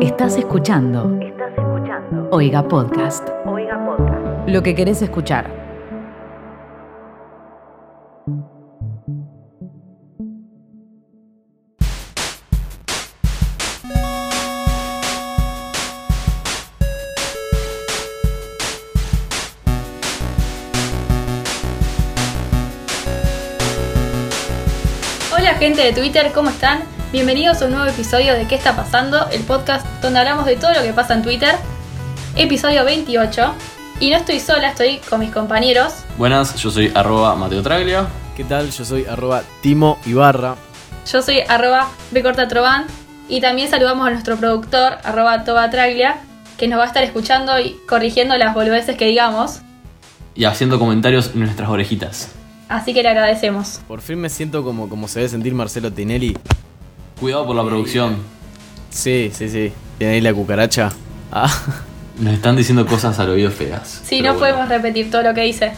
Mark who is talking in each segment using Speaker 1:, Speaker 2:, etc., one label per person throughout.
Speaker 1: Estás escuchando
Speaker 2: Estás escuchando
Speaker 1: Oiga Podcast,
Speaker 2: Oiga Podcast.
Speaker 1: lo que querés escuchar.
Speaker 3: Hola gente de Twitter, ¿cómo están? Bienvenidos a un nuevo episodio de ¿Qué está pasando? El podcast donde hablamos de todo lo que pasa en Twitter. Episodio 28. Y no estoy sola, estoy con mis compañeros.
Speaker 4: Buenas, yo soy arroba Mateo Traglia.
Speaker 5: ¿Qué tal? Yo soy arroba Timo Ibarra.
Speaker 3: Yo soy arroba bcortatroban y también saludamos a nuestro productor arroba tobatraglia que nos va a estar escuchando y corrigiendo las boludeces que digamos.
Speaker 4: Y haciendo comentarios en nuestras orejitas.
Speaker 3: Así que le agradecemos.
Speaker 5: Por fin me siento como, como se debe sentir Marcelo Tinelli.
Speaker 4: Cuidado por la producción.
Speaker 5: Sí, sí, sí. Tiene ahí la cucaracha. Ah,
Speaker 4: Nos están diciendo cosas al oído feas.
Speaker 3: Sí,
Speaker 4: Pero
Speaker 3: no
Speaker 4: bueno.
Speaker 3: podemos repetir todo lo que dice.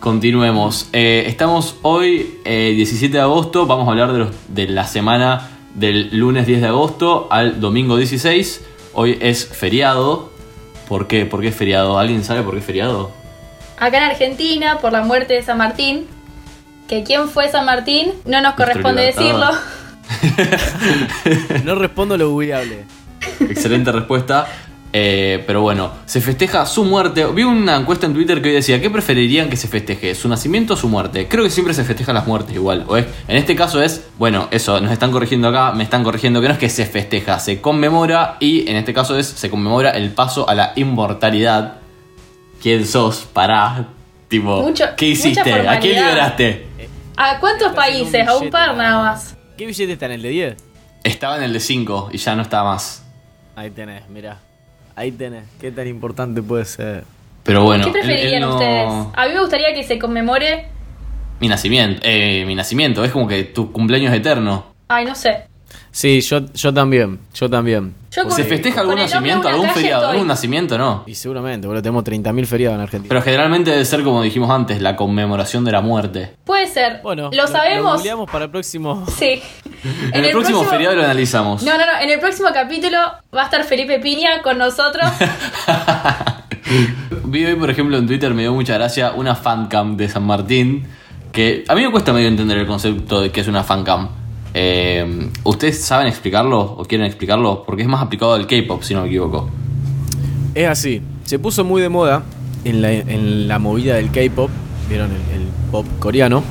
Speaker 4: Continuemos. Eh, estamos hoy, eh, 17 de agosto. Vamos a hablar de, los- de la semana del lunes 10 de agosto al domingo 16. Hoy es feriado. ¿Por qué? ¿Por qué es feriado? ¿Alguien sabe por qué es feriado?
Speaker 3: Acá en Argentina, por la muerte de San Martín, que quién fue San Martín no nos
Speaker 4: Nuestro
Speaker 3: corresponde
Speaker 4: libertador.
Speaker 3: decirlo.
Speaker 5: no respondo lo googleable.
Speaker 4: Excelente respuesta. Eh, pero bueno, se festeja su muerte. Vi una encuesta en Twitter que hoy decía, ¿qué preferirían que se festeje? ¿Su nacimiento o su muerte? Creo que siempre se festejan las muertes igual. O es- en este caso es, bueno, eso, nos están corrigiendo acá, me están corrigiendo que no es que se festeja, se conmemora y en este caso es, se conmemora el paso a la inmortalidad. ¿Quién sos? Pará. Tipo,
Speaker 3: Mucho-
Speaker 4: ¿qué
Speaker 3: mucha
Speaker 4: hiciste? ¿A quién
Speaker 3: formalidad.
Speaker 4: liberaste?
Speaker 3: Este ¿A cuántos países? A un par nada más.
Speaker 5: ¿Qué billete está en el de 10?
Speaker 4: Estaba en el de 5 y ya no está más.
Speaker 5: Ahí tenés, mirá. Ahí tenés. ¿Qué tan importante puede ser?
Speaker 4: Pero bueno,
Speaker 3: ¿Qué
Speaker 4: él- él
Speaker 3: preferirían
Speaker 4: no-
Speaker 3: ustedes? A mí me gustaría que se conmemore.
Speaker 4: Mi nacimiento, eh, mi nacimiento, es como que tu cumpleaños es eterno.
Speaker 3: Ay, no sé.
Speaker 5: Sí, yo, yo también. Yo también.
Speaker 3: Yo
Speaker 4: ¿Se
Speaker 3: con-
Speaker 4: festeja
Speaker 3: con
Speaker 4: algún
Speaker 3: el nombre de
Speaker 4: nacimiento,
Speaker 3: una
Speaker 4: algún
Speaker 3: calle
Speaker 4: feriado,
Speaker 3: estoy.
Speaker 4: algún nacimiento? No.
Speaker 5: Y seguramente, boludo. Tenemos 30.000 feriados en Argentina.
Speaker 4: Pero generalmente debe ser, como dijimos antes, la conmemoración de la muerte.
Speaker 3: Puede ser.
Speaker 5: bueno,
Speaker 3: lo sabemos.
Speaker 5: googleamos para el próximo.
Speaker 3: sí.
Speaker 4: En, el, próximo, feriado lo analizamos.
Speaker 3: No, no, no. En el próximo capítulo va a estar Felipe Piña con nosotros.
Speaker 4: Vi hoy, por ejemplo, en Twitter me dio mucha gracia una fancam de San Martín. Que a mí me cuesta medio entender el concepto de qué es una fancam. Eh, ¿Ustedes saben explicarlo o quieren explicarlo? Porque es más aplicado al K-pop, si no me equivoco.
Speaker 5: Es así, se puso muy de moda en la, en la movida del K-pop, vieron el, el pop coreano,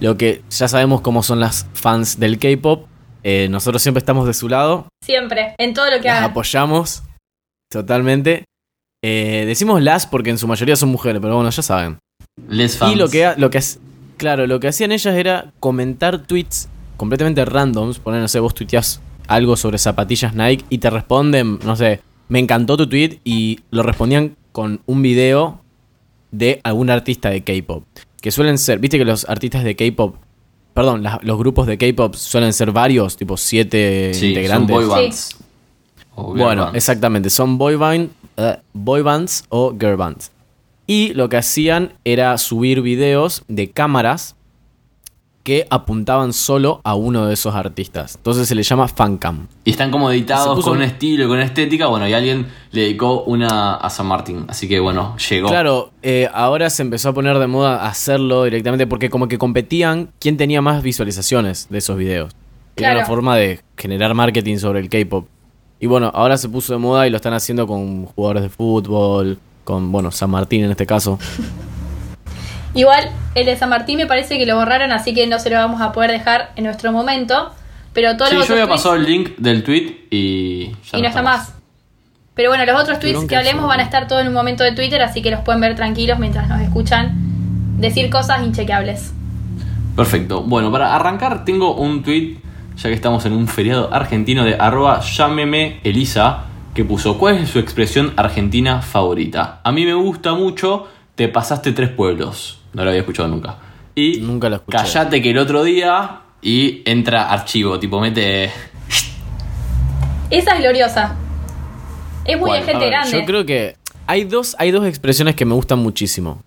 Speaker 5: lo que ya sabemos cómo son las fans del K-pop, eh, nosotros siempre estamos de su lado,
Speaker 3: Siempre. En todo lo que
Speaker 5: las
Speaker 3: haga.
Speaker 4: pues.
Speaker 5: apoyamos totalmente, Eh, decimos las porque en su mayoría son mujeres, pero bueno, ya saben.
Speaker 4: Les fans.
Speaker 5: Y lo que, ha- lo que ha- claro, lo que hacían ellas era comentar tweets completamente randoms. Poner, no sé, vos tuiteás algo sobre zapatillas Nike y te responden, no sé, me encantó tu tweet y lo respondían con un video de algún artista de K-pop. Que suelen ser, viste que los artistas de K-pop, perdón, las- los grupos de K-pop suelen ser varios, tipo siete
Speaker 4: Sí, son
Speaker 5: integrantes.
Speaker 4: boy
Speaker 3: Sí.
Speaker 4: bands. O girl
Speaker 5: Bueno,
Speaker 4: bands.
Speaker 5: exactamente. Son boy, band- eh, boy bands o girl bands. Y lo que hacían era subir videos de cámaras que apuntaban solo a uno de esos artistas. Entonces se le llama fancam.
Speaker 4: Y están como
Speaker 5: Se
Speaker 4: editados
Speaker 5: puso
Speaker 4: con un
Speaker 5: un-
Speaker 4: estilo y con una estética. Bueno, y alguien le dedicó una a San Martín. Así que bueno, llegó.
Speaker 5: Claro, eh, ahora se empezó a poner de moda hacerlo directamente porque como que competían quién tenía más visualizaciones de esos videos. Era una
Speaker 3: Claro.
Speaker 5: forma de generar marketing sobre el K-pop. Y bueno, ahora se puso de moda y lo están haciendo con jugadores de fútbol, con, bueno, San Martín en este caso.
Speaker 3: Igual, el de San Martín me parece que lo borraron, así que no se lo vamos a poder dejar en nuestro momento. Pero todos
Speaker 4: Sí,
Speaker 3: los
Speaker 4: yo
Speaker 3: otros
Speaker 4: había
Speaker 3: tweets-
Speaker 4: pasado el link del tweet y ya
Speaker 3: y no está más. Pero bueno, los otros tweets
Speaker 5: bronca
Speaker 3: que hablemos
Speaker 5: eso.
Speaker 3: van a estar todos en un momento de Twitter, así que los pueden ver tranquilos mientras nos escuchan decir cosas inchequeables.
Speaker 4: Perfecto. Bueno, para arrancar tengo un tweet, ya que estamos en un feriado argentino, de arroba llámeme Elisa, que puso, ¿cuál es su expresión argentina favorita? A mí me gusta mucho, te pasaste tres pueblos. No lo había escuchado nunca. Y
Speaker 5: Nunca lo escuché.
Speaker 4: Callate que el otro día y entra archivo, tipo mete...
Speaker 3: Esa es gloriosa. Es muy
Speaker 4: Bueno,
Speaker 3: de gente
Speaker 4: a ver,
Speaker 3: grande.
Speaker 5: Yo creo que hay dos, hay dos expresiones que me gustan muchísimo.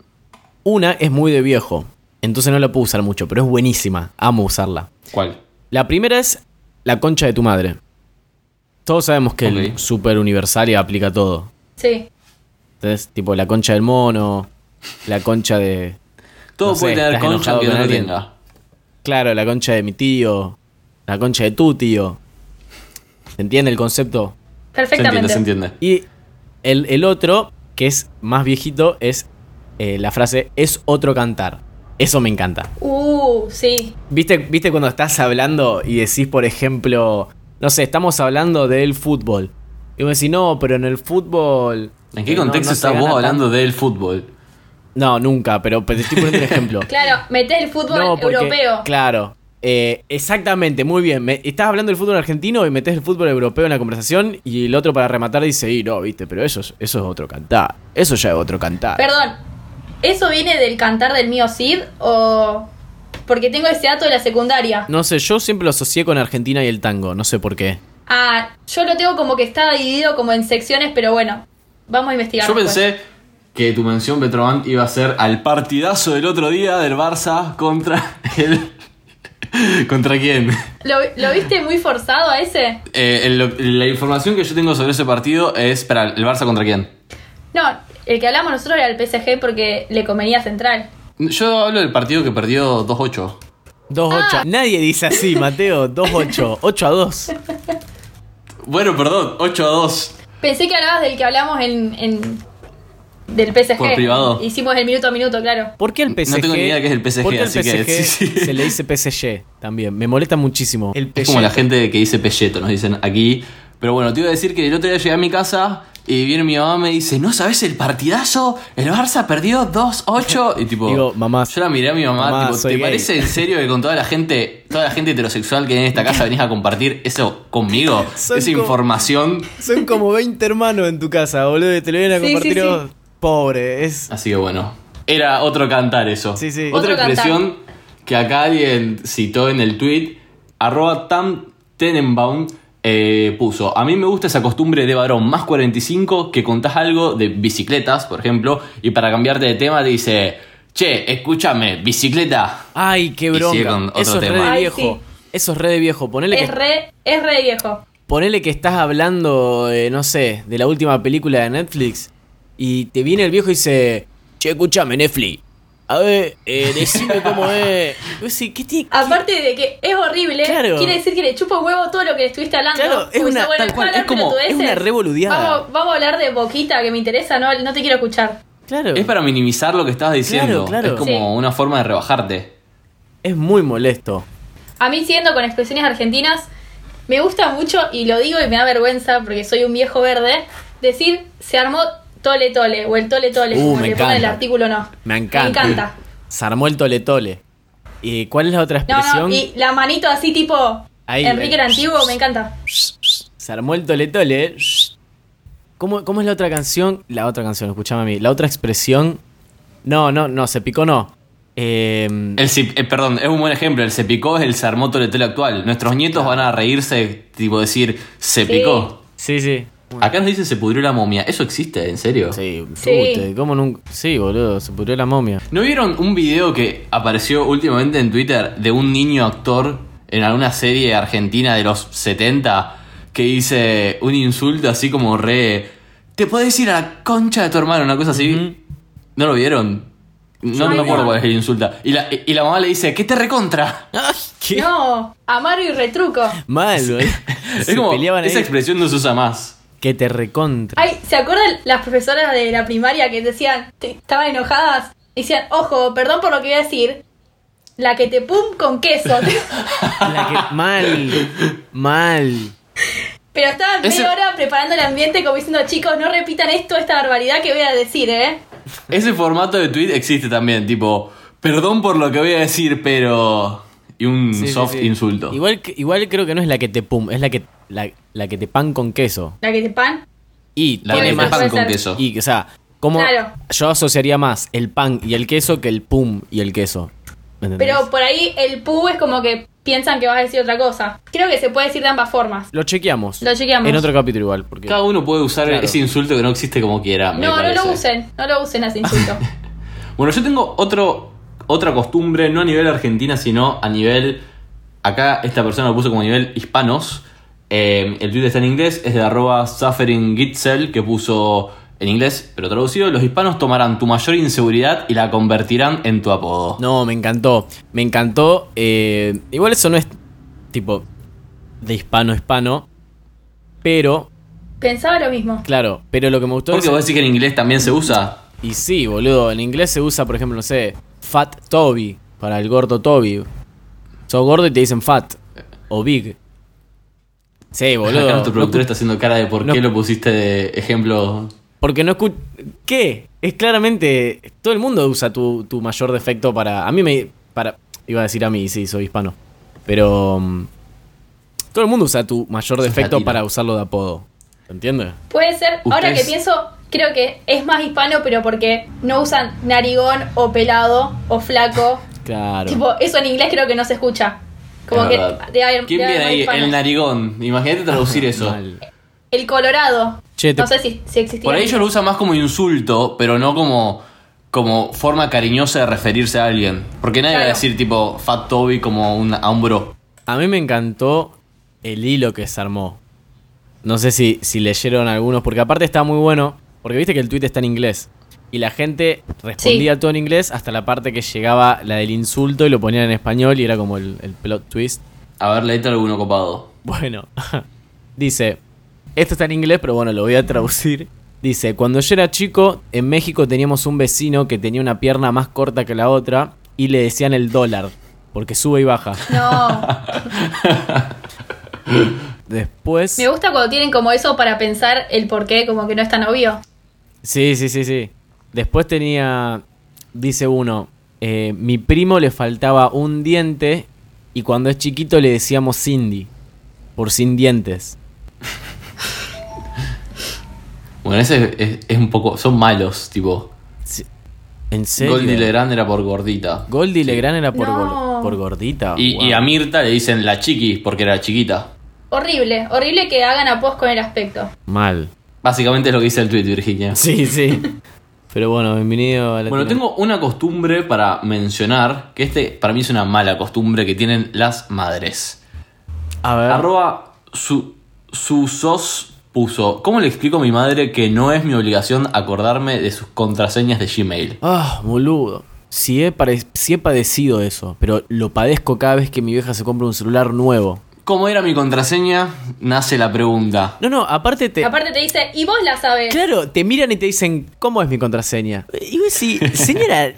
Speaker 5: Una es muy de viejo, entonces no la puedo usar mucho, pero es buenísima. Amo usarla.
Speaker 4: ¿Cuál?
Speaker 5: La primera es la concha de tu madre. todos sabemos que
Speaker 4: Ok.
Speaker 5: el super universalia aplica a todo.
Speaker 3: Sí.
Speaker 5: Entonces, tipo la concha del mono, la concha de.
Speaker 4: Todo
Speaker 5: No sé,
Speaker 4: puede tener
Speaker 5: estás
Speaker 4: concha
Speaker 5: enojado
Speaker 4: aunque no
Speaker 5: con
Speaker 4: lo
Speaker 5: alguien.
Speaker 4: tenga.
Speaker 5: Claro, la concha de mi tío, la concha de tu tío. ¿Se entiende el concepto?
Speaker 4: Se entiende,
Speaker 3: Perfectamente.
Speaker 4: se entiende.
Speaker 5: Y el, el otro, que es más viejito, es eh, la frase es otro cantar. Eso me encanta.
Speaker 3: Uh, sí.
Speaker 5: ¿Viste, ¿Viste cuando estás hablando y decís, por ejemplo, no sé, estamos hablando del fútbol? Y vos decís, no, pero en el fútbol.
Speaker 4: ¿En qué
Speaker 5: eh, no-
Speaker 4: contexto
Speaker 5: no se
Speaker 4: estás
Speaker 5: gana
Speaker 4: vos
Speaker 5: tanto".
Speaker 4: hablando del fútbol?
Speaker 5: No, nunca, pero te estoy poniendo un ejemplo.
Speaker 3: Claro, metés el fútbol
Speaker 5: No, porque-
Speaker 3: europeo.
Speaker 5: Claro. Eh, exactamente, muy bien. Me- estás hablando del fútbol argentino y metes el fútbol europeo en la conversación y el otro para rematar dice, y no, viste, pero eso, es- eso es otro cantar. Eso ya es otro cantar.
Speaker 3: Perdón, ¿eso viene del cantar del mío Cid o...? Porque tengo ese dato de la secundaria.
Speaker 5: No sé, yo siempre lo asocié con Argentina y el tango, no sé por qué.
Speaker 3: Ah, yo lo tengo como que estaba dividido como en secciones, pero bueno, vamos a investigar.
Speaker 4: Yo
Speaker 3: después.
Speaker 4: pensé que tu mención, Petrobán, iba a ser al partidazo del otro día del Barça contra el... ¿Contra quién?
Speaker 3: ¿Lo, lo viste muy forzado a ese?
Speaker 4: Eh, el- la información que yo tengo sobre ese partido es... Espera, ¿el Barça contra quién?
Speaker 3: No, el que hablamos nosotros era el PSG porque le convenía central.
Speaker 4: Yo hablo del partido que perdió 2-8.
Speaker 3: Ah.
Speaker 5: 2-8. Nadie dice así, Mateo. 2-8. 8 a 2.
Speaker 4: Bueno, perdón, 8 a 2.
Speaker 3: Pensé que hablabas del que hablamos en... en- del PSG.
Speaker 4: Por privado.
Speaker 3: Hicimos el minuto a minuto, claro.
Speaker 5: ¿Por qué
Speaker 4: No
Speaker 5: el PSG?
Speaker 4: tengo ni idea de qué es el PSG,
Speaker 5: ¿por qué al
Speaker 4: así que
Speaker 5: PSG
Speaker 4: sí, sí.
Speaker 5: se le dice PSG también. Me molesta muchísimo. El
Speaker 4: Es como la
Speaker 5: PSG.
Speaker 4: gente que dice pelleto, nos dicen aquí. Pero bueno, te iba a decir que el otro día llegué a mi casa y viene mi mamá y me dice, ¿no sabes el partidazo? El Barça perdió 2-8. Y tipo,
Speaker 5: Digo, mamá,
Speaker 4: yo la miré a mi mamá,
Speaker 5: mamá,
Speaker 4: tipo,
Speaker 5: soy
Speaker 4: ¿te
Speaker 5: gay".
Speaker 4: parece en serio que con toda la gente, toda la gente heterosexual que hay en esta casa venís a compartir eso conmigo?
Speaker 5: Son
Speaker 4: esa
Speaker 5: co-
Speaker 4: información.
Speaker 5: Son como 20 hermanos en tu casa, boludo. y Te lo vienen a
Speaker 3: Sí, sí,
Speaker 5: compartir.
Speaker 3: sí.
Speaker 5: vos. Pobre, es.
Speaker 4: Así que bueno, era otro cantar eso.
Speaker 5: Sí, sí.
Speaker 4: Otra
Speaker 3: Otro cantar.
Speaker 4: expresión que acá alguien citó en el tweet, arroba Tam Tenenbaum eh, puso, a mí me gusta esa costumbre de varón más 45 que contás algo de bicicletas, por ejemplo, y para cambiarte de tema te dice, che, escúchame, bicicleta.
Speaker 5: Ay, qué
Speaker 4: Y sigue
Speaker 5: bronca.
Speaker 4: con otro
Speaker 5: Eso es re
Speaker 4: tema.
Speaker 5: de
Speaker 3: Ay,
Speaker 5: viejo.
Speaker 3: sí.
Speaker 5: Eso es re de viejo. Ponele que,
Speaker 3: Es re, es re viejo.
Speaker 5: ponele que estás hablando, eh, no sé, de la última película de Netflix. Y te viene el viejo y dice: Che, escúchame, Netflix. A ver, eh, decime cómo es. Y vos decís, ¿Qué tiene- qué-
Speaker 3: Aparte de que es horrible,
Speaker 5: Claro.
Speaker 3: quiere decir que le chupa un huevo todo lo que le estuviste hablando.
Speaker 5: Claro, es
Speaker 3: Porque
Speaker 5: una-
Speaker 3: dice,
Speaker 5: tal
Speaker 3: deja
Speaker 5: cual,
Speaker 3: hablar
Speaker 5: es como- es
Speaker 3: pelotudeces.
Speaker 5: una re boludeada.
Speaker 3: Vamos, vamos a hablar de boquita que me interesa, no, no te quiero escuchar.
Speaker 5: Claro.
Speaker 4: Es para minimizar lo que estabas diciendo,
Speaker 5: claro.
Speaker 4: es como
Speaker 3: Sí.
Speaker 4: una forma de rebajarte.
Speaker 5: Es muy molesto.
Speaker 3: A mí, siguiendo con expresiones argentinas, me gusta mucho, y lo digo y me da vergüenza porque soy un viejo verde, decir se armó tole tole o el tole tole,
Speaker 5: Uh,
Speaker 3: como
Speaker 5: me
Speaker 3: le pone el
Speaker 5: encanta.
Speaker 3: artículo no.
Speaker 5: Me encanta.
Speaker 3: Me encanta.
Speaker 5: Se armó el tole tole. ¿Y cuál es la otra expresión?
Speaker 3: No, no, y la manito así tipo
Speaker 5: Ahí,
Speaker 3: Enrique el
Speaker 5: ahí.
Speaker 3: Antiguo, me encanta.
Speaker 5: Se armó el tole tole. ¿Cómo, cómo es la otra canción? La otra canción, escuchame a mí. La otra expresión. No, no, no, se picó no. Eh,
Speaker 4: El, se- eh, perdón, es un buen ejemplo. El se picó es el sarmoto de tele actual. Nuestros nietos van a reírse, tipo decir, se
Speaker 3: Sí.
Speaker 4: picó.
Speaker 5: sí, sí.
Speaker 4: Acá nos dicen se pudrió la momia. ¿Eso existe? ¿En serio?
Speaker 5: Sí,
Speaker 3: Sí.
Speaker 5: pute, ¿cómo nunca? Sí, boludo, se pudrió la momia.
Speaker 4: ¿No vieron un video que apareció últimamente en Twitter de un niño actor en alguna serie argentina de los 70 que dice un insulto así como re. Te podés ir a la concha de tu hermano, una cosa así? ¿No lo vieron? No
Speaker 3: Ay,
Speaker 4: me acuerdo
Speaker 3: no.
Speaker 4: cuál es el insulto. Y la, y la mamá le dice, ¿qué te recontra?
Speaker 5: Ay, qué
Speaker 3: No, amaro y retruco.
Speaker 5: mal, boludo.
Speaker 4: Es
Speaker 5: Se
Speaker 4: como,
Speaker 5: peleaban ahí.
Speaker 4: esa expresión no se usa más.
Speaker 5: Que te recontra.
Speaker 3: Ay, ¿se acuerdan las profesoras de la primaria que decían, te- estaban enojadas? Decían, ojo, perdón por lo que voy a decir, la que te pum con queso.
Speaker 5: La que- mal, mal.
Speaker 3: Pero estaban
Speaker 4: Ese-
Speaker 3: media hora preparando el ambiente como diciendo, chicos, no repitan esto, esta barbaridad que voy a decir, ¿eh?
Speaker 4: Ese formato de tweet existe también, tipo, perdón por lo que voy a decir, pero... Y un
Speaker 5: Sí, sí,
Speaker 4: soft
Speaker 5: sí.
Speaker 4: insulto.
Speaker 5: Igual, que- igual creo que no es la que te pum, es la que, la, la que te pan con queso.
Speaker 3: La que te pan.
Speaker 5: Y
Speaker 4: la
Speaker 5: tiene
Speaker 3: Puede
Speaker 4: de
Speaker 5: más
Speaker 3: ser,
Speaker 4: pan
Speaker 3: puede
Speaker 4: con
Speaker 3: ser.
Speaker 4: queso.
Speaker 5: Y, o sea, como
Speaker 3: Claro.
Speaker 5: yo asociaría más el pan y el queso que el pum y el queso. ¿Me entendés?
Speaker 3: Pero por ahí el pu es como que piensan que vas a decir otra cosa. Creo que se puede decir de ambas formas.
Speaker 5: lo chequeamos.
Speaker 3: Lo chequeamos.
Speaker 5: En otro capítulo igual, porque
Speaker 4: Cada uno puede usar
Speaker 5: Claro.
Speaker 4: ese insulto que no existe como quiera. me
Speaker 3: No, no lo
Speaker 4: parece.
Speaker 3: usen, no lo usen así insulto.
Speaker 4: Bueno, yo tengo otro, otra costumbre, no a nivel argentina, sino a nivel... Acá esta persona lo puso como a nivel hispanos, Eh, el tweet está en inglés, es de arroba sufferingitzel que puso en inglés, pero traducido, los hispanos tomarán tu mayor inseguridad y la convertirán en tu apodo.
Speaker 5: No, me encantó. Me encantó. eh, igual eso no es tipo de hispano a hispano. Pero,
Speaker 3: Pensaba lo mismo.
Speaker 5: claro, pero lo que me gustó
Speaker 4: Porque
Speaker 5: es-
Speaker 4: vos decís que en inglés también se usa.
Speaker 5: Y sí, boludo. En inglés se usa, por ejemplo, no sé, Fat Toby. Para el gordo Toby. Sos gordo y te dicen Fat. O Big. Sí,
Speaker 4: Acá
Speaker 5: boludo.
Speaker 4: nuestro productor
Speaker 5: No
Speaker 4: está haciendo cara de por
Speaker 5: no-
Speaker 4: qué lo pusiste de ejemplo.
Speaker 5: Porque no escucho. ¿Qué? Es claramente. Todo el mundo usa tu, tu mayor defecto para. A mí me. Para, iba a decir a mí, sí, soy hispano. Pero. mm, todo el mundo usa tu mayor
Speaker 4: Sos
Speaker 5: defecto
Speaker 4: latino.
Speaker 5: para usarlo de apodo. ¿Entiendes?
Speaker 3: Puede ser, ahora que
Speaker 4: Ustedes-
Speaker 3: pienso, creo que es más hispano, pero porque no usan narigón o pelado o flaco.
Speaker 5: Claro.
Speaker 3: Tipo, eso en inglés creo que no se escucha. Como
Speaker 4: Es
Speaker 3: que
Speaker 4: verdad. Ah,
Speaker 3: de haber-
Speaker 4: ¿Quién
Speaker 3: de haber
Speaker 4: viene
Speaker 3: más
Speaker 4: ahí?
Speaker 3: hispanos.
Speaker 4: El narigón. Imagínate traducir eso.
Speaker 5: Mal.
Speaker 3: El colorado.
Speaker 5: Che, te-
Speaker 3: No sé si, si existía.
Speaker 4: Por ahí ellos lo usan más como insulto, pero no como, como forma cariñosa de referirse a alguien. Porque nadie va a
Speaker 3: Claro.
Speaker 4: decir tipo Fat Toby como un, a un bro.
Speaker 5: A mí me encantó el hilo que se armó. No sé si, si leyeron algunos, porque aparte está muy bueno, porque viste que el tweet está en inglés. Y la gente respondía todo en inglés hasta la parte que llegaba la del insulto y lo ponían en español y era como el, el plot twist.
Speaker 4: A ver, leíte alguno copado.
Speaker 5: Bueno, dice, esto está en inglés, pero bueno, lo voy a traducir. Dice, cuando yo era chico, en México teníamos un vecino que tenía una pierna más corta que la otra y le decían el dólar, porque sube y baja.
Speaker 3: No.
Speaker 5: Después...
Speaker 3: Me gusta cuando tienen como eso para pensar el por qué, como que no es tan obvio.
Speaker 5: Sí, sí, sí, sí. Después tenía, dice uno, eh, mi primo le faltaba un diente y cuando es chiquito le decíamos Cindy, por sin dientes.
Speaker 4: Bueno, ese es, es un poco. Son malos, tipo.
Speaker 5: Sí. ¿En serio?
Speaker 4: Goldie Legrand era por gordita.
Speaker 5: Goldie Legrand era por, gor-
Speaker 3: No.
Speaker 5: por gordita.
Speaker 4: Y,
Speaker 5: wow.
Speaker 4: y a Mirta le dicen la chiqui porque era chiquita.
Speaker 3: Horrible, horrible que hagan a post con el aspecto.
Speaker 5: Mal.
Speaker 4: Básicamente es lo que dice el tweet, Virginia.
Speaker 5: Sí, sí. Pero bueno, bienvenido a la
Speaker 4: Bueno, tengo una costumbre para mencionar, que este para mí es una mala costumbre que tienen las madres.
Speaker 5: A ver.
Speaker 4: Arroba su, susos puso, ¿cómo le explico a mi madre que no es mi obligación acordarme de sus contraseñas de Gmail?
Speaker 5: Ah, boludo. Si he, pare- sí he padecido eso, pero lo padezco cada vez que mi vieja se compra un celular nuevo.
Speaker 4: ¿Cómo era mi contraseña? Nace la pregunta.
Speaker 5: No, no, aparte te...
Speaker 3: Aparte te dice, y vos la sabes.
Speaker 5: Claro, te miran y te dicen, ¿cómo es mi contraseña? Y vos decís, señora,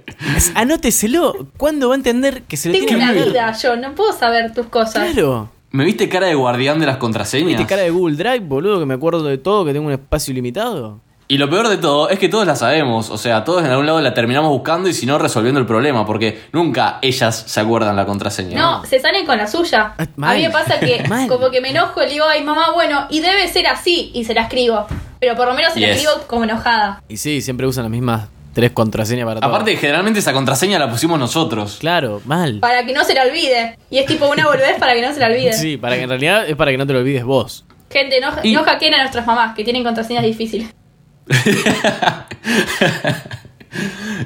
Speaker 5: anóteselo. ¿Cuándo va a entender que se le
Speaker 3: Tengo
Speaker 5: tiene
Speaker 3: una
Speaker 5: que leer?
Speaker 3: vida, yo no puedo saber tus cosas.
Speaker 5: Claro.
Speaker 4: ¿Me viste cara de guardián de las contraseñas?
Speaker 5: Viste cara de Google Drive, boludo, que me acuerdo de todo, que tengo un espacio limitado.
Speaker 4: Y lo peor de todo es que todos la sabemos, o sea, todos en algún lado la terminamos buscando y si no resolviendo el problema, porque nunca ellas se acuerdan la contraseña.
Speaker 3: No, se salen con la suya.
Speaker 5: Ah, mal.
Speaker 3: A mí me pasa que
Speaker 5: Mal.
Speaker 3: como que me enojo y le digo, ay mamá, bueno, y debe ser así, y se la escribo. Pero por lo menos se la
Speaker 4: Yes.
Speaker 3: escribo como enojada.
Speaker 5: Y sí, siempre usan las mismas tres contraseñas para todo.
Speaker 4: Aparte, generalmente esa contraseña la pusimos nosotros.
Speaker 5: Claro, mal.
Speaker 3: Para que no se la olvide. Y es tipo una volvés para que no se la olvide.
Speaker 5: Sí, para que en realidad es para que no te lo olvides vos.
Speaker 3: Gente, no,
Speaker 4: Y-
Speaker 3: no hackeen a nuestras mamás, que tienen contraseñas difíciles.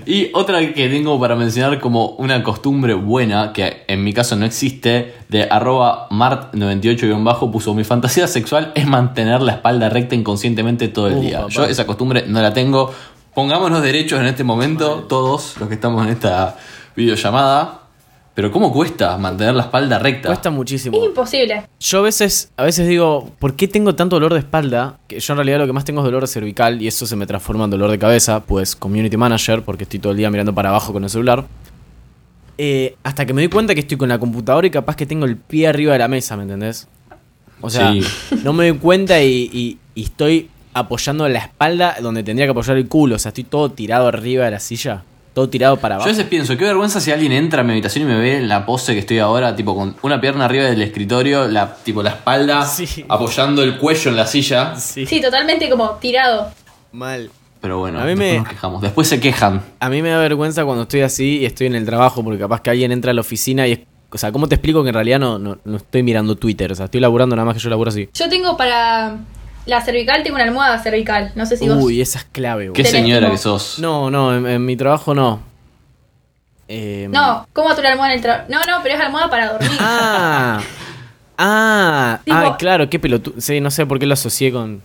Speaker 4: Y otra que tengo para mencionar como una costumbre buena, que en mi caso no existe, de arroba mart98-bajo puso mi fantasía sexual es mantener la espalda recta inconscientemente todo el
Speaker 5: Uh,
Speaker 4: día.
Speaker 5: papá.
Speaker 4: Yo esa costumbre no la tengo. Pongámonos derechos en este momento, todos los que estamos en esta videollamada. Pero ¿cómo cuesta mantener la espalda recta?
Speaker 5: Cuesta muchísimo.
Speaker 3: Es imposible.
Speaker 5: Yo a veces, a veces digo, ¿por qué tengo tanto dolor de espalda? Que yo en realidad lo que más tengo es dolor cervical y eso se me transforma en dolor de cabeza, pues community manager, porque estoy todo el día mirando para abajo con el celular. Eh, hasta que me doy cuenta que estoy con la computadora y capaz que tengo el pie arriba de la mesa, ¿me entendés? O sea,
Speaker 4: Sí.
Speaker 5: no me doy cuenta y, y- y estoy apoyando la espalda donde tendría que apoyar el culo. O sea, estoy todo tirado arriba de la silla, todo tirado para
Speaker 4: Yo
Speaker 5: abajo.
Speaker 4: a veces pienso, qué vergüenza si alguien entra a mi habitación y me ve en la pose que estoy ahora, tipo con una pierna arriba del escritorio, la, tipo la espalda,
Speaker 5: Sí.
Speaker 4: apoyando el cuello en la silla.
Speaker 3: Sí, totalmente como tirado.
Speaker 5: mal.
Speaker 4: Pero bueno,
Speaker 5: A mí
Speaker 4: después
Speaker 5: me-
Speaker 4: nos quejamos. Después se quejan.
Speaker 5: A mí me da vergüenza cuando estoy así y estoy en el trabajo, porque capaz que alguien entra a la oficina y es. O sea, ¿cómo te explico que en realidad no, no, no estoy mirando Twitter? O sea, estoy laburando nada más que yo laburo así.
Speaker 3: Yo tengo para la cervical, tengo una almohada cervical. No sé si vos.
Speaker 5: Uy, esa es clave,
Speaker 4: Qué
Speaker 5: boludo.
Speaker 3: Tenés
Speaker 4: señora
Speaker 3: como-
Speaker 4: que sos.
Speaker 5: No, no, en, en mi trabajo no. Em,
Speaker 4: Ah,
Speaker 3: No, ¿cómo tú la almohada en el trabajo? No, no, pero es almohada para dormir.
Speaker 5: Ah. Ah. Ah,
Speaker 3: Tipo,
Speaker 5: claro, qué pelotudo. Sí, no sé por qué lo asocié con.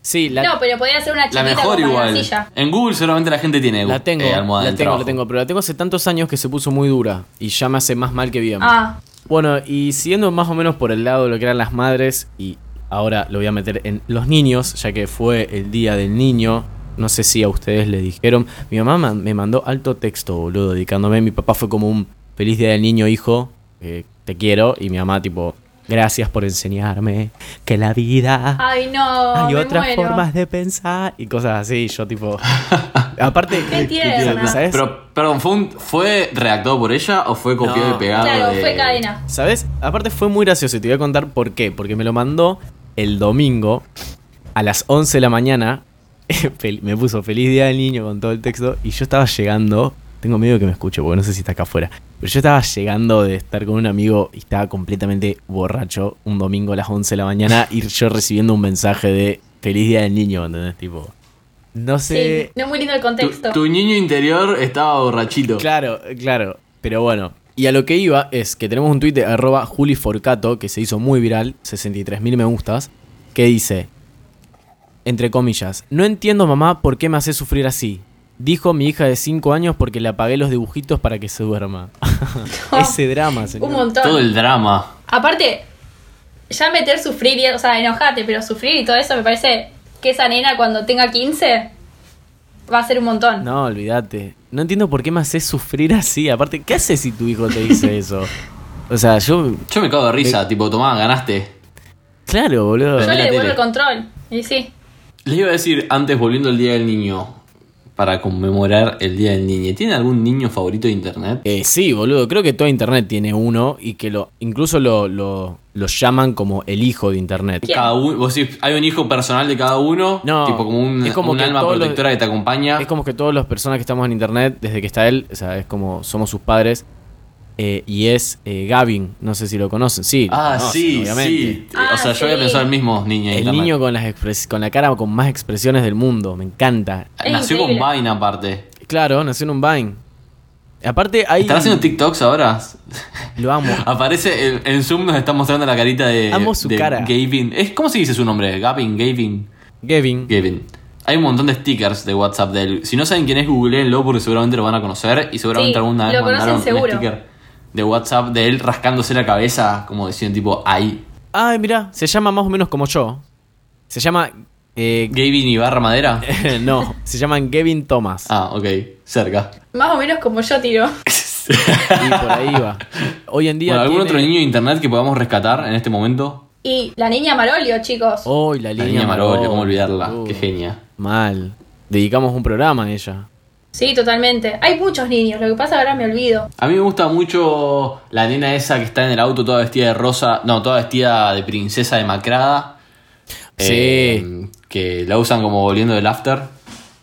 Speaker 5: Sí, la,
Speaker 3: No, pero podría ser una
Speaker 4: La
Speaker 3: chiquita
Speaker 4: mejor
Speaker 3: como
Speaker 4: igual.
Speaker 3: una silla.
Speaker 4: En Google seguramente la gente tiene
Speaker 5: la tengo.
Speaker 4: eh, almohada
Speaker 5: la
Speaker 4: del
Speaker 5: tengo, la
Speaker 4: trabajo.
Speaker 5: tengo, pero la tengo hace tantos años que se puso muy dura y ya me hace más mal que bien.
Speaker 3: Ah,
Speaker 5: Bueno, y siguiendo más o menos por el lado de lo que eran las madres, y ahora lo voy a meter en los niños, ya que fue el día del niño. No sé si a ustedes le dijeron. Mi mamá man- me mandó alto texto, boludo, dedicándome. Mi papá fue como un feliz día del niño, hijo. eh, te quiero. Y mi mamá, tipo, gracias por enseñarme que la vida
Speaker 3: ay Ah, no.
Speaker 5: hay
Speaker 3: me
Speaker 5: otras
Speaker 3: muero.
Speaker 5: formas de pensar. Y cosas así. Yo, tipo. aparte.
Speaker 3: Qué tierna.
Speaker 5: ¿Sabes?
Speaker 4: Pero, perdón, ¿fue, un- ¿fue redactado por ella o fue copiado
Speaker 5: No.
Speaker 4: y pegado?
Speaker 3: Claro,
Speaker 4: de-
Speaker 3: fue cadena.
Speaker 5: ¿Sabes? Aparte fue muy gracioso y te voy a contar por qué. Porque me lo mandó el domingo a las 11 de la mañana. Fel- me puso feliz día del niño con todo el texto. Y yo estaba llegando. Tengo miedo que me escuche porque no sé si está acá afuera. Pero yo estaba llegando de estar con un amigo y estaba completamente borracho un domingo a las 11 de la mañana. Y yo recibiendo un mensaje de feliz día del niño, ¿entendés? Tipo. No sé.
Speaker 3: Sí, no es muy lindo el
Speaker 4: Tu,
Speaker 3: contexto.
Speaker 4: tu niño interior estaba borrachito.
Speaker 5: Claro, claro. Pero bueno. Y a lo que iba es que tenemos un tweet de arroba juliforcato que se hizo muy viral, 63.000 me gustas, que dice, entre comillas, no entiendo mamá por qué me hace sufrir así. Dijo mi hija de 5 años porque le apagué los dibujitos para que se duerma. Ese drama,
Speaker 3: Un
Speaker 5: señor.
Speaker 3: montón.
Speaker 4: Todo el drama.
Speaker 3: Aparte, ya meter sufrir, y, o sea, enojate, pero sufrir y todo eso me parece que esa nena cuando tenga 15 va a ser un montón.
Speaker 5: No, olvídate. No entiendo por qué me hace sufrir así. Aparte, ¿qué haces si tu hijo te dice eso? O sea, yo...
Speaker 4: Yo me cago de risa, tipo, tomá, ganaste.
Speaker 5: Claro, boludo.
Speaker 3: Yo
Speaker 4: la
Speaker 3: le devuelvo
Speaker 4: tele.
Speaker 3: el control. Y sí.
Speaker 4: Les iba a decir, antes volviendo al Día del Niño, para conmemorar el Día del Niño, ¿tiene algún niño favorito de internet?
Speaker 5: Eh, sí, boludo, creo que toda internet tiene uno y que lo incluso lo, lo, lo llaman como el hijo de internet.
Speaker 3: ¿Quién?
Speaker 4: Cada uno, vos decís, hay un hijo personal de cada uno,
Speaker 5: No,
Speaker 4: tipo como un,
Speaker 5: es como
Speaker 4: un
Speaker 5: que
Speaker 4: alma
Speaker 5: todos los-
Speaker 4: protectora que te acompaña.
Speaker 5: Es como que todas las personas que estamos en internet, desde que está él, o sea, es como somos sus padres. eh, y es eh, Gavin, no sé si lo conocen. Sí, lo
Speaker 4: Ah,
Speaker 5: conocen,
Speaker 4: sí,
Speaker 5: obviamente.
Speaker 4: sí.
Speaker 3: Ah,
Speaker 4: o sea,
Speaker 3: sí.
Speaker 4: yo había pensado el mismo niño de
Speaker 5: El
Speaker 4: internet.
Speaker 5: niño con, las expres- con la cara con más expresiones del mundo, me encanta.
Speaker 3: Es
Speaker 4: Eh, Nació con
Speaker 3: increíble.
Speaker 4: Vine aparte.
Speaker 5: Claro, nació en un Vine. Aparte, ahí
Speaker 4: ¿Están haciendo TikToks ahora?
Speaker 5: lo amo.
Speaker 4: Aparece en, en Zoom, nos está mostrando la carita de.
Speaker 5: Amo su
Speaker 4: de
Speaker 5: cara.
Speaker 4: Gavin. Es, ¿Cómo se dice su nombre? Gavin, Gavin,
Speaker 5: Gavin.
Speaker 4: Gavin. Hay un montón de stickers de WhatsApp de él. Si no saben quién es, googleenlo porque seguramente lo van a conocer y seguramente
Speaker 3: Sí,
Speaker 4: alguna vez
Speaker 3: lo conocen
Speaker 4: mandaron un
Speaker 3: seguro.
Speaker 4: sticker de WhatsApp de él rascándose la cabeza, como diciendo tipo, ahí.
Speaker 5: Ay, mira, se llama más o menos como yo. Se llama eh,
Speaker 4: Gavin y barra madera.
Speaker 5: no, se llaman Gavin Thomas.
Speaker 4: Ah, ok, cerca.
Speaker 3: Más o menos como yo tiro.
Speaker 5: Y por ahí va. Hoy en día.
Speaker 4: Bueno, ¿Algún
Speaker 5: tiene-
Speaker 4: otro niño de internet que podamos rescatar en este momento?
Speaker 3: Y la niña Marolio, chicos.
Speaker 5: Oh, la,
Speaker 4: La
Speaker 5: línea Uh.
Speaker 4: niña Marolio, cómo olvidarla.
Speaker 5: boludo.
Speaker 4: Qué genia.
Speaker 5: Mal. Dedicamos un programa a ella.
Speaker 3: Sí, totalmente. Hay muchos niños, lo que pasa ahora me olvido.
Speaker 4: A mí me gusta mucho la nena esa que está en el auto toda vestida de rosa. No, toda vestida de princesa demacrada.
Speaker 5: Sí.
Speaker 4: Eh, que la usan como volviendo del after.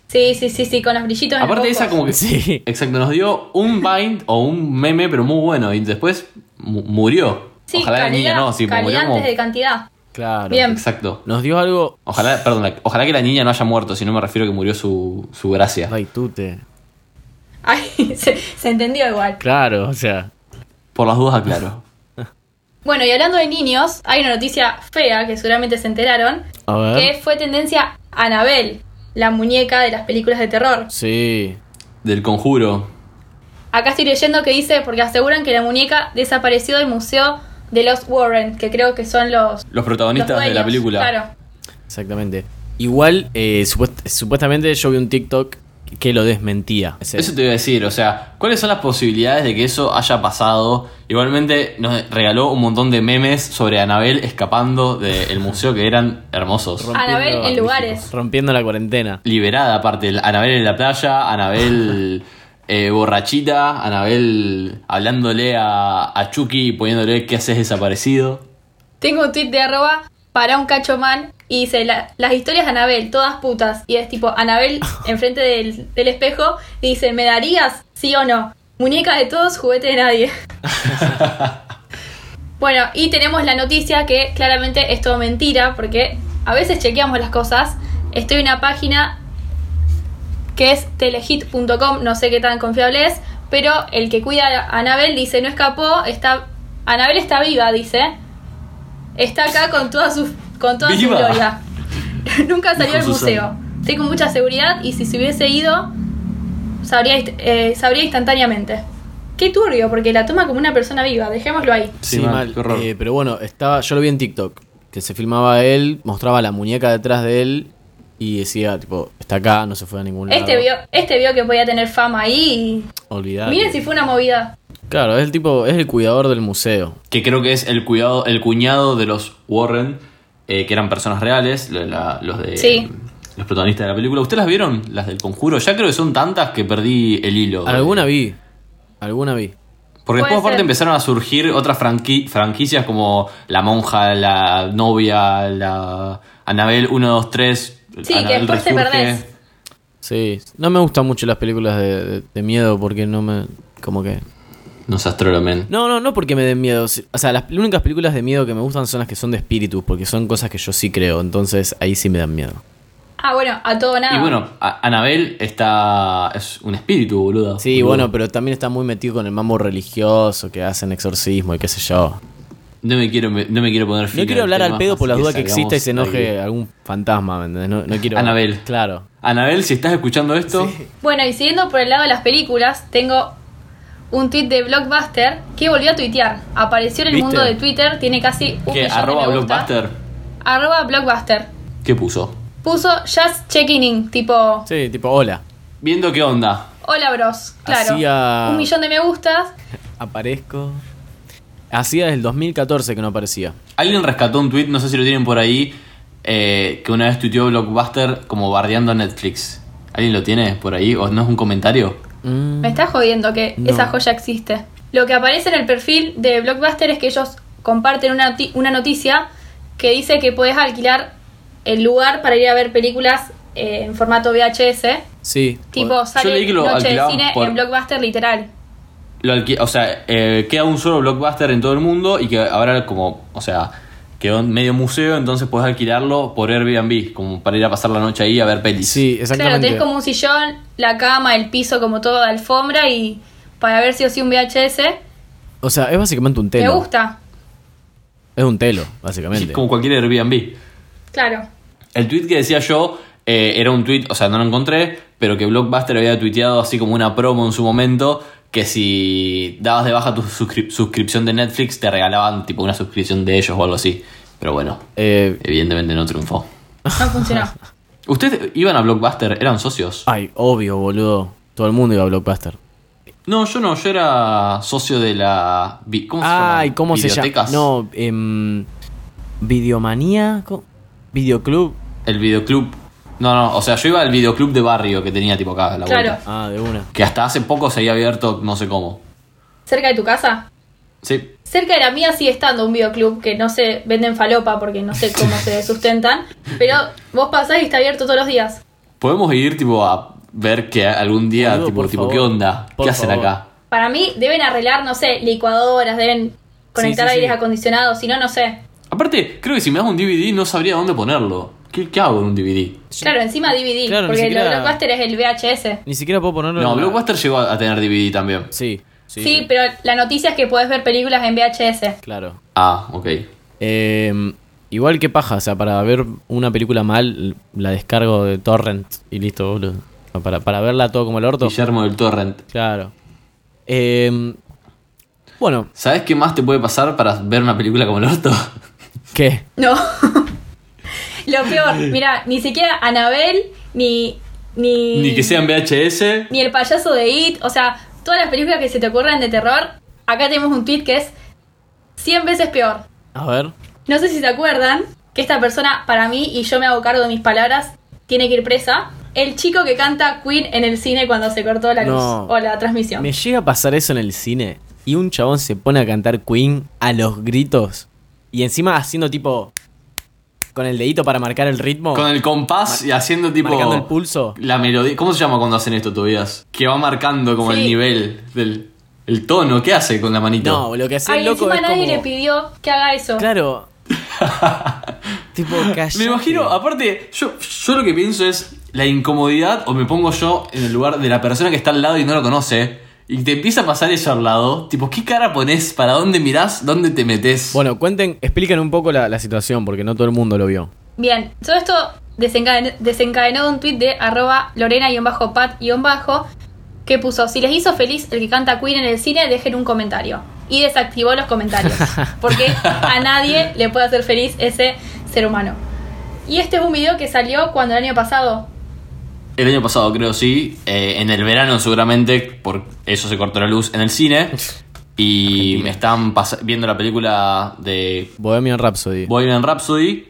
Speaker 3: Sí, sí, sí, sí, con los brillitos en los
Speaker 4: Aparte de
Speaker 3: ojos.
Speaker 4: esa como que...
Speaker 5: Sí.
Speaker 4: Exacto, nos dio un bind o un meme, pero muy bueno. Y después mu- murió.
Speaker 3: Sí,
Speaker 4: ojalá la
Speaker 3: calidad,
Speaker 4: niña no, sí, porque
Speaker 3: calidad
Speaker 4: murió
Speaker 3: antes
Speaker 4: como...
Speaker 3: de cantidad.
Speaker 5: Claro.
Speaker 3: Bien.
Speaker 4: Exacto.
Speaker 5: Nos dio algo.
Speaker 4: Ojalá, perdón, la- ojalá que la niña no haya muerto, si no me refiero que murió su, su gracia.
Speaker 5: Ay, tute.
Speaker 3: Ay, se, se entendió igual.
Speaker 5: Claro, o sea.
Speaker 4: Por las dudas aclaro.
Speaker 3: Bueno, y hablando de niños, hay una noticia fea que seguramente se enteraron,
Speaker 5: A ver.
Speaker 3: que fue tendencia Anabel, la muñeca de las películas de terror.
Speaker 5: Sí.
Speaker 4: Del conjuro.
Speaker 3: Acá estoy leyendo que dice porque aseguran que la muñeca desapareció del museo de los Warren, que creo que son los,
Speaker 4: Los
Speaker 3: los
Speaker 4: protagonistas de la
Speaker 3: dueños,
Speaker 4: película.
Speaker 3: Claro.
Speaker 5: Exactamente. Igual, eh, supuest- supuestamente yo vi un TikTok que lo desmentía. Ese-
Speaker 4: Eso te iba a decir, o sea, ¿cuáles son las posibilidades de que eso haya pasado? Igualmente nos regaló un montón de memes sobre Anabel escapando del museo que eran hermosos.
Speaker 3: Anabel en lugares.
Speaker 5: Rompiendo la cuarentena.
Speaker 4: Liberada aparte, el- Anabel en la playa, Anabel eh, borrachita, Anabel hablándole a, a Chucky y poniéndole que haces desaparecido.
Speaker 3: Tengo un tweet de arroba para un cachomán y dice "La- las historias de Anabel, todas putas. Y es tipo Anabel enfrente del, del espejo y dice, ¿me darías? Sí o no. Muñeca de todos, juguete de nadie. bueno, y tenemos la noticia que claramente es todo mentira porque a veces chequeamos las cosas. Estoy en una página que es telehit.com, no sé qué tan confiable es, pero el que cuida a Anabel dice, no escapó, está... Anabel está viva, dice. está acá con toda su, con toda su
Speaker 4: Viva.
Speaker 3: gloria. Nunca salió
Speaker 4: Dijo
Speaker 3: del museo.
Speaker 4: Susana.
Speaker 3: Tengo mucha seguridad y si se hubiese ido, sabría, inst- eh, sabría instantáneamente. Qué turbio, porque la toma como una persona viva, dejémoslo ahí.
Speaker 5: Sí,
Speaker 4: Sí, mal,
Speaker 5: mal.
Speaker 4: qué horror.
Speaker 5: Eh, pero bueno, estaba, yo lo vi en TikTok, que se filmaba él, mostraba la muñeca detrás de él y decía, tipo, está acá, no se fue a ningún lado.
Speaker 3: Este vio, este vio que podía tener fama ahí y...
Speaker 5: Olvidate.
Speaker 3: Miren si fue una movida.
Speaker 5: Claro, es el tipo, es el cuidador del museo.
Speaker 4: que creo que es el, cuidado, el cuñado de los Warren, eh, que eran personas reales, la- la- los de
Speaker 3: Sí.
Speaker 4: los protagonistas de la película. ¿Ustedes las vieron? Las del conjuro. Ya creo que son tantas que perdí el hilo.
Speaker 5: Alguna vi, alguna vi.
Speaker 4: Porque
Speaker 3: Puede
Speaker 4: después aparte
Speaker 3: ser.
Speaker 4: empezaron a surgir otras franqui- franquicias como La Monja, La Novia, La Anabel 1, 2, 3.
Speaker 3: Sí, que después te perdés.
Speaker 5: Sí, no me gustan mucho las películas de, de- de miedo porque no me... Como que...
Speaker 4: No seas trolo, men.
Speaker 5: No, no, no porque me den miedo. si- O sea, las únicas películas de miedo que me gustan son las que son de espíritus, porque son cosas que yo sí creo, entonces ahí sí me dan miedo.
Speaker 3: Ah, bueno, a todo o nada.
Speaker 4: Y bueno, a- Anabel está. es un espíritu, boludo.
Speaker 5: Sí,
Speaker 4: Boludo.
Speaker 5: bueno, pero también está muy metido con el mambo religioso, que hacen exorcismo y qué sé yo.
Speaker 4: No me quiero, no me quiero poner fin
Speaker 5: No quiero
Speaker 4: al
Speaker 5: hablar al
Speaker 4: tema,
Speaker 5: pedo por
Speaker 4: así
Speaker 5: las dudas que
Speaker 4: salgamos
Speaker 5: exista y se
Speaker 4: de
Speaker 5: enoje
Speaker 4: ahí.
Speaker 5: algún fantasma, ¿me entendés? No, no quiero...
Speaker 4: Anabel.
Speaker 5: Claro.
Speaker 4: Anabel, si estás escuchando esto,
Speaker 3: Bueno, y siguiendo por el lado de las películas, tengo un tweet de Blockbuster que volvió a tuitear. Apareció en el
Speaker 5: ¿Viste?
Speaker 3: mundo de Twitter, tiene casi un
Speaker 4: que
Speaker 3: millón
Speaker 4: arroba
Speaker 3: de me gusta.
Speaker 4: blockbuster,
Speaker 3: Arroba Blockbuster.
Speaker 4: ¿qué puso?
Speaker 3: Puso just checking in, tipo,
Speaker 5: Sí, tipo, hola.
Speaker 4: Viendo qué onda.
Speaker 3: hola bros. Claro.
Speaker 5: Hacía-
Speaker 3: Un millón de me gustas.
Speaker 5: Aparezco. Hacía desde el 2014 que no aparecía.
Speaker 4: Alguien rescató un tweet, no sé si lo tienen por ahí, eh, que una vez tuiteó Blockbuster como bardeando a Netflix. ¿Alguien lo tiene por ahí? ¿O no es un comentario?
Speaker 5: Mm.
Speaker 3: Me está jodiendo que
Speaker 5: No.
Speaker 3: esa joya existe. Lo que aparece en el perfil de Blockbuster es que ellos comparten una, noti- una noticia que dice que puedes alquilar el lugar para ir a ver películas eh, en formato VHS.
Speaker 5: Sí.
Speaker 3: Tipo, sale
Speaker 4: leí que lo
Speaker 3: Noche de
Speaker 4: alquilaban
Speaker 3: Cine
Speaker 4: por-
Speaker 3: en Blockbuster literal.
Speaker 4: Lo alqui- o sea, eh, queda un solo Blockbuster en todo el mundo y que ahora como, o sea, quedó en medio museo, entonces podés alquilarlo por Airbnb, como para ir a pasar la noche ahí a ver pelis.
Speaker 5: Sí,
Speaker 3: Claro,
Speaker 5: exactamente.
Speaker 3: tenés como un sillón, la cama, el piso, como todo de alfombra y para ver si o si un VHS.
Speaker 5: O sea, es básicamente un
Speaker 3: Me
Speaker 5: telo.
Speaker 3: gusta,
Speaker 5: Es un telo,
Speaker 4: Es
Speaker 5: básicamente.
Speaker 4: como cualquier Airbnb.
Speaker 3: claro.
Speaker 4: El tweet que decía yo eh, era un tweet, o sea, no lo encontré, pero que Blockbuster había tuiteado así como una promo en su momento, que si dabas de baja tu suscri- suscripción de Netflix te regalaban tipo una suscripción de ellos o algo así. Pero bueno,
Speaker 5: Eh,
Speaker 4: evidentemente no triunfó.
Speaker 3: No funcionó.
Speaker 4: ¿Ustedes iban a Blockbuster? ¿Eran socios?
Speaker 5: ay, obvio, boludo. Todo el mundo iba a Blockbuster.
Speaker 4: No, yo no, yo era socio de la... vi- ¿Cómo se llama?
Speaker 5: Ay, ¿cómo se llama?
Speaker 4: Videotecas.
Speaker 5: No, em, Videomanía. co- Videoclub.
Speaker 4: El videoclub. No, no, o sea, yo iba al videoclub de barrio que tenía tipo acá a la
Speaker 3: Claro.
Speaker 4: vuelta.
Speaker 5: Ah, de una.
Speaker 4: Que hasta hace poco seguía abierto, no sé cómo.
Speaker 3: ¿Cerca de tu casa?
Speaker 4: Sí,
Speaker 3: Cerca de la mía sigue estando un videoclub que no se venden falopa porque no sé cómo se sustentan. Pero vos pasás y está abierto todos los días.
Speaker 4: Podemos ir tipo a ver que algún día,
Speaker 5: Boludo,
Speaker 4: tipo,
Speaker 5: por
Speaker 4: tipo
Speaker 5: favor.
Speaker 4: ¿qué onda?
Speaker 5: Por
Speaker 4: ¿Qué hacen
Speaker 5: favor.
Speaker 4: acá?
Speaker 3: Para mí deben arreglar, no sé, licuadoras, deben conectar
Speaker 5: sí,
Speaker 3: aires
Speaker 5: sí.
Speaker 3: acondicionados, si no, no sé.
Speaker 4: Aparte, creo que si me das un DVD no sabría dónde ponerlo. ¿Qué, qué hago en un DVD?
Speaker 3: Claro, encima DVD,
Speaker 5: Claro, ni
Speaker 3: porque
Speaker 5: siquiera-
Speaker 3: lo de Blockbuster es el VHS.
Speaker 5: Ni siquiera puedo ponerlo.
Speaker 4: No,
Speaker 5: en la-
Speaker 4: Blockbuster llegó a a tener DVD también.
Speaker 5: Sí, sí.
Speaker 3: Sí,
Speaker 5: sí,
Speaker 3: pero la noticia es que podés ver películas en VHS.
Speaker 5: Claro.
Speaker 4: Ah, ok.
Speaker 5: Em, igual que paja, o sea, para ver una película mal, la descargo de Torrent y listo, boludo. Para, para verla todo como el orto.
Speaker 4: Guillermo del Torrent.
Speaker 5: Claro. Em, bueno,
Speaker 4: ¿Sabes qué más te puede pasar para ver una película como el orto?
Speaker 5: ¿qué?
Speaker 3: No. lo peor, mira, ni siquiera Anabel, ni, ni.
Speaker 4: Ni que sea en VHS.
Speaker 3: Ni el payaso de It. O sea, todas las películas que se te ocurran de terror. Acá tenemos un tweet que es 100 veces peor.
Speaker 5: A ver.
Speaker 3: No sé si se acuerdan que esta persona, para mí, y yo me hago cargo de mis palabras, tiene que ir presa. El chico que canta Queen en el cine cuando se cortó la luz
Speaker 5: No.
Speaker 3: o la transmisión.
Speaker 5: Me llega a pasar eso en el cine y un chabón se pone a cantar Queen a los gritos y encima haciendo tipo con el dedito para marcar el ritmo,
Speaker 4: Con el compás y haciendo tipo.
Speaker 5: marcando el pulso.
Speaker 4: La melodía. ¿Cómo se llama cuando hacen esto, Tobías? Que va marcando como
Speaker 3: Sí.
Speaker 4: el nivel del. El tono. ¿Qué hace con la manito?
Speaker 5: No, lo que hace
Speaker 3: Ay,
Speaker 5: el loco
Speaker 3: encima
Speaker 5: es
Speaker 3: nadie
Speaker 5: como
Speaker 3: le pidió que haga eso.
Speaker 5: Claro. tipo callate.
Speaker 4: Me imagino, aparte, yo, yo lo que pienso es la incomodidad, o me pongo yo en el lugar de la persona que está al lado y no lo conoce, y te empieza a pasar eso al lado, tipo, ¿qué cara pones? ¿Para dónde mirás? ¿Dónde te metes?
Speaker 5: Bueno, cuenten, expliquen un poco la, la situación, porque no todo el mundo lo vio.
Speaker 3: Bien, todo esto desencadenó, desencadenó un tweet de arroba lorena-pat-bajo que puso, si les hizo feliz el que canta Queen en el cine, dejen un comentario. Y desactivó los comentarios, porque a nadie le puede hacer feliz ese ser humano. Y este es un video que salió cuando el año pasado,
Speaker 4: El año pasado, creo, sí. eh, en el verano, seguramente, por eso se cortó la luz en el cine. Y me están pas- viendo la película de
Speaker 5: Bohemian Rhapsody.
Speaker 4: Bohemian Rhapsody.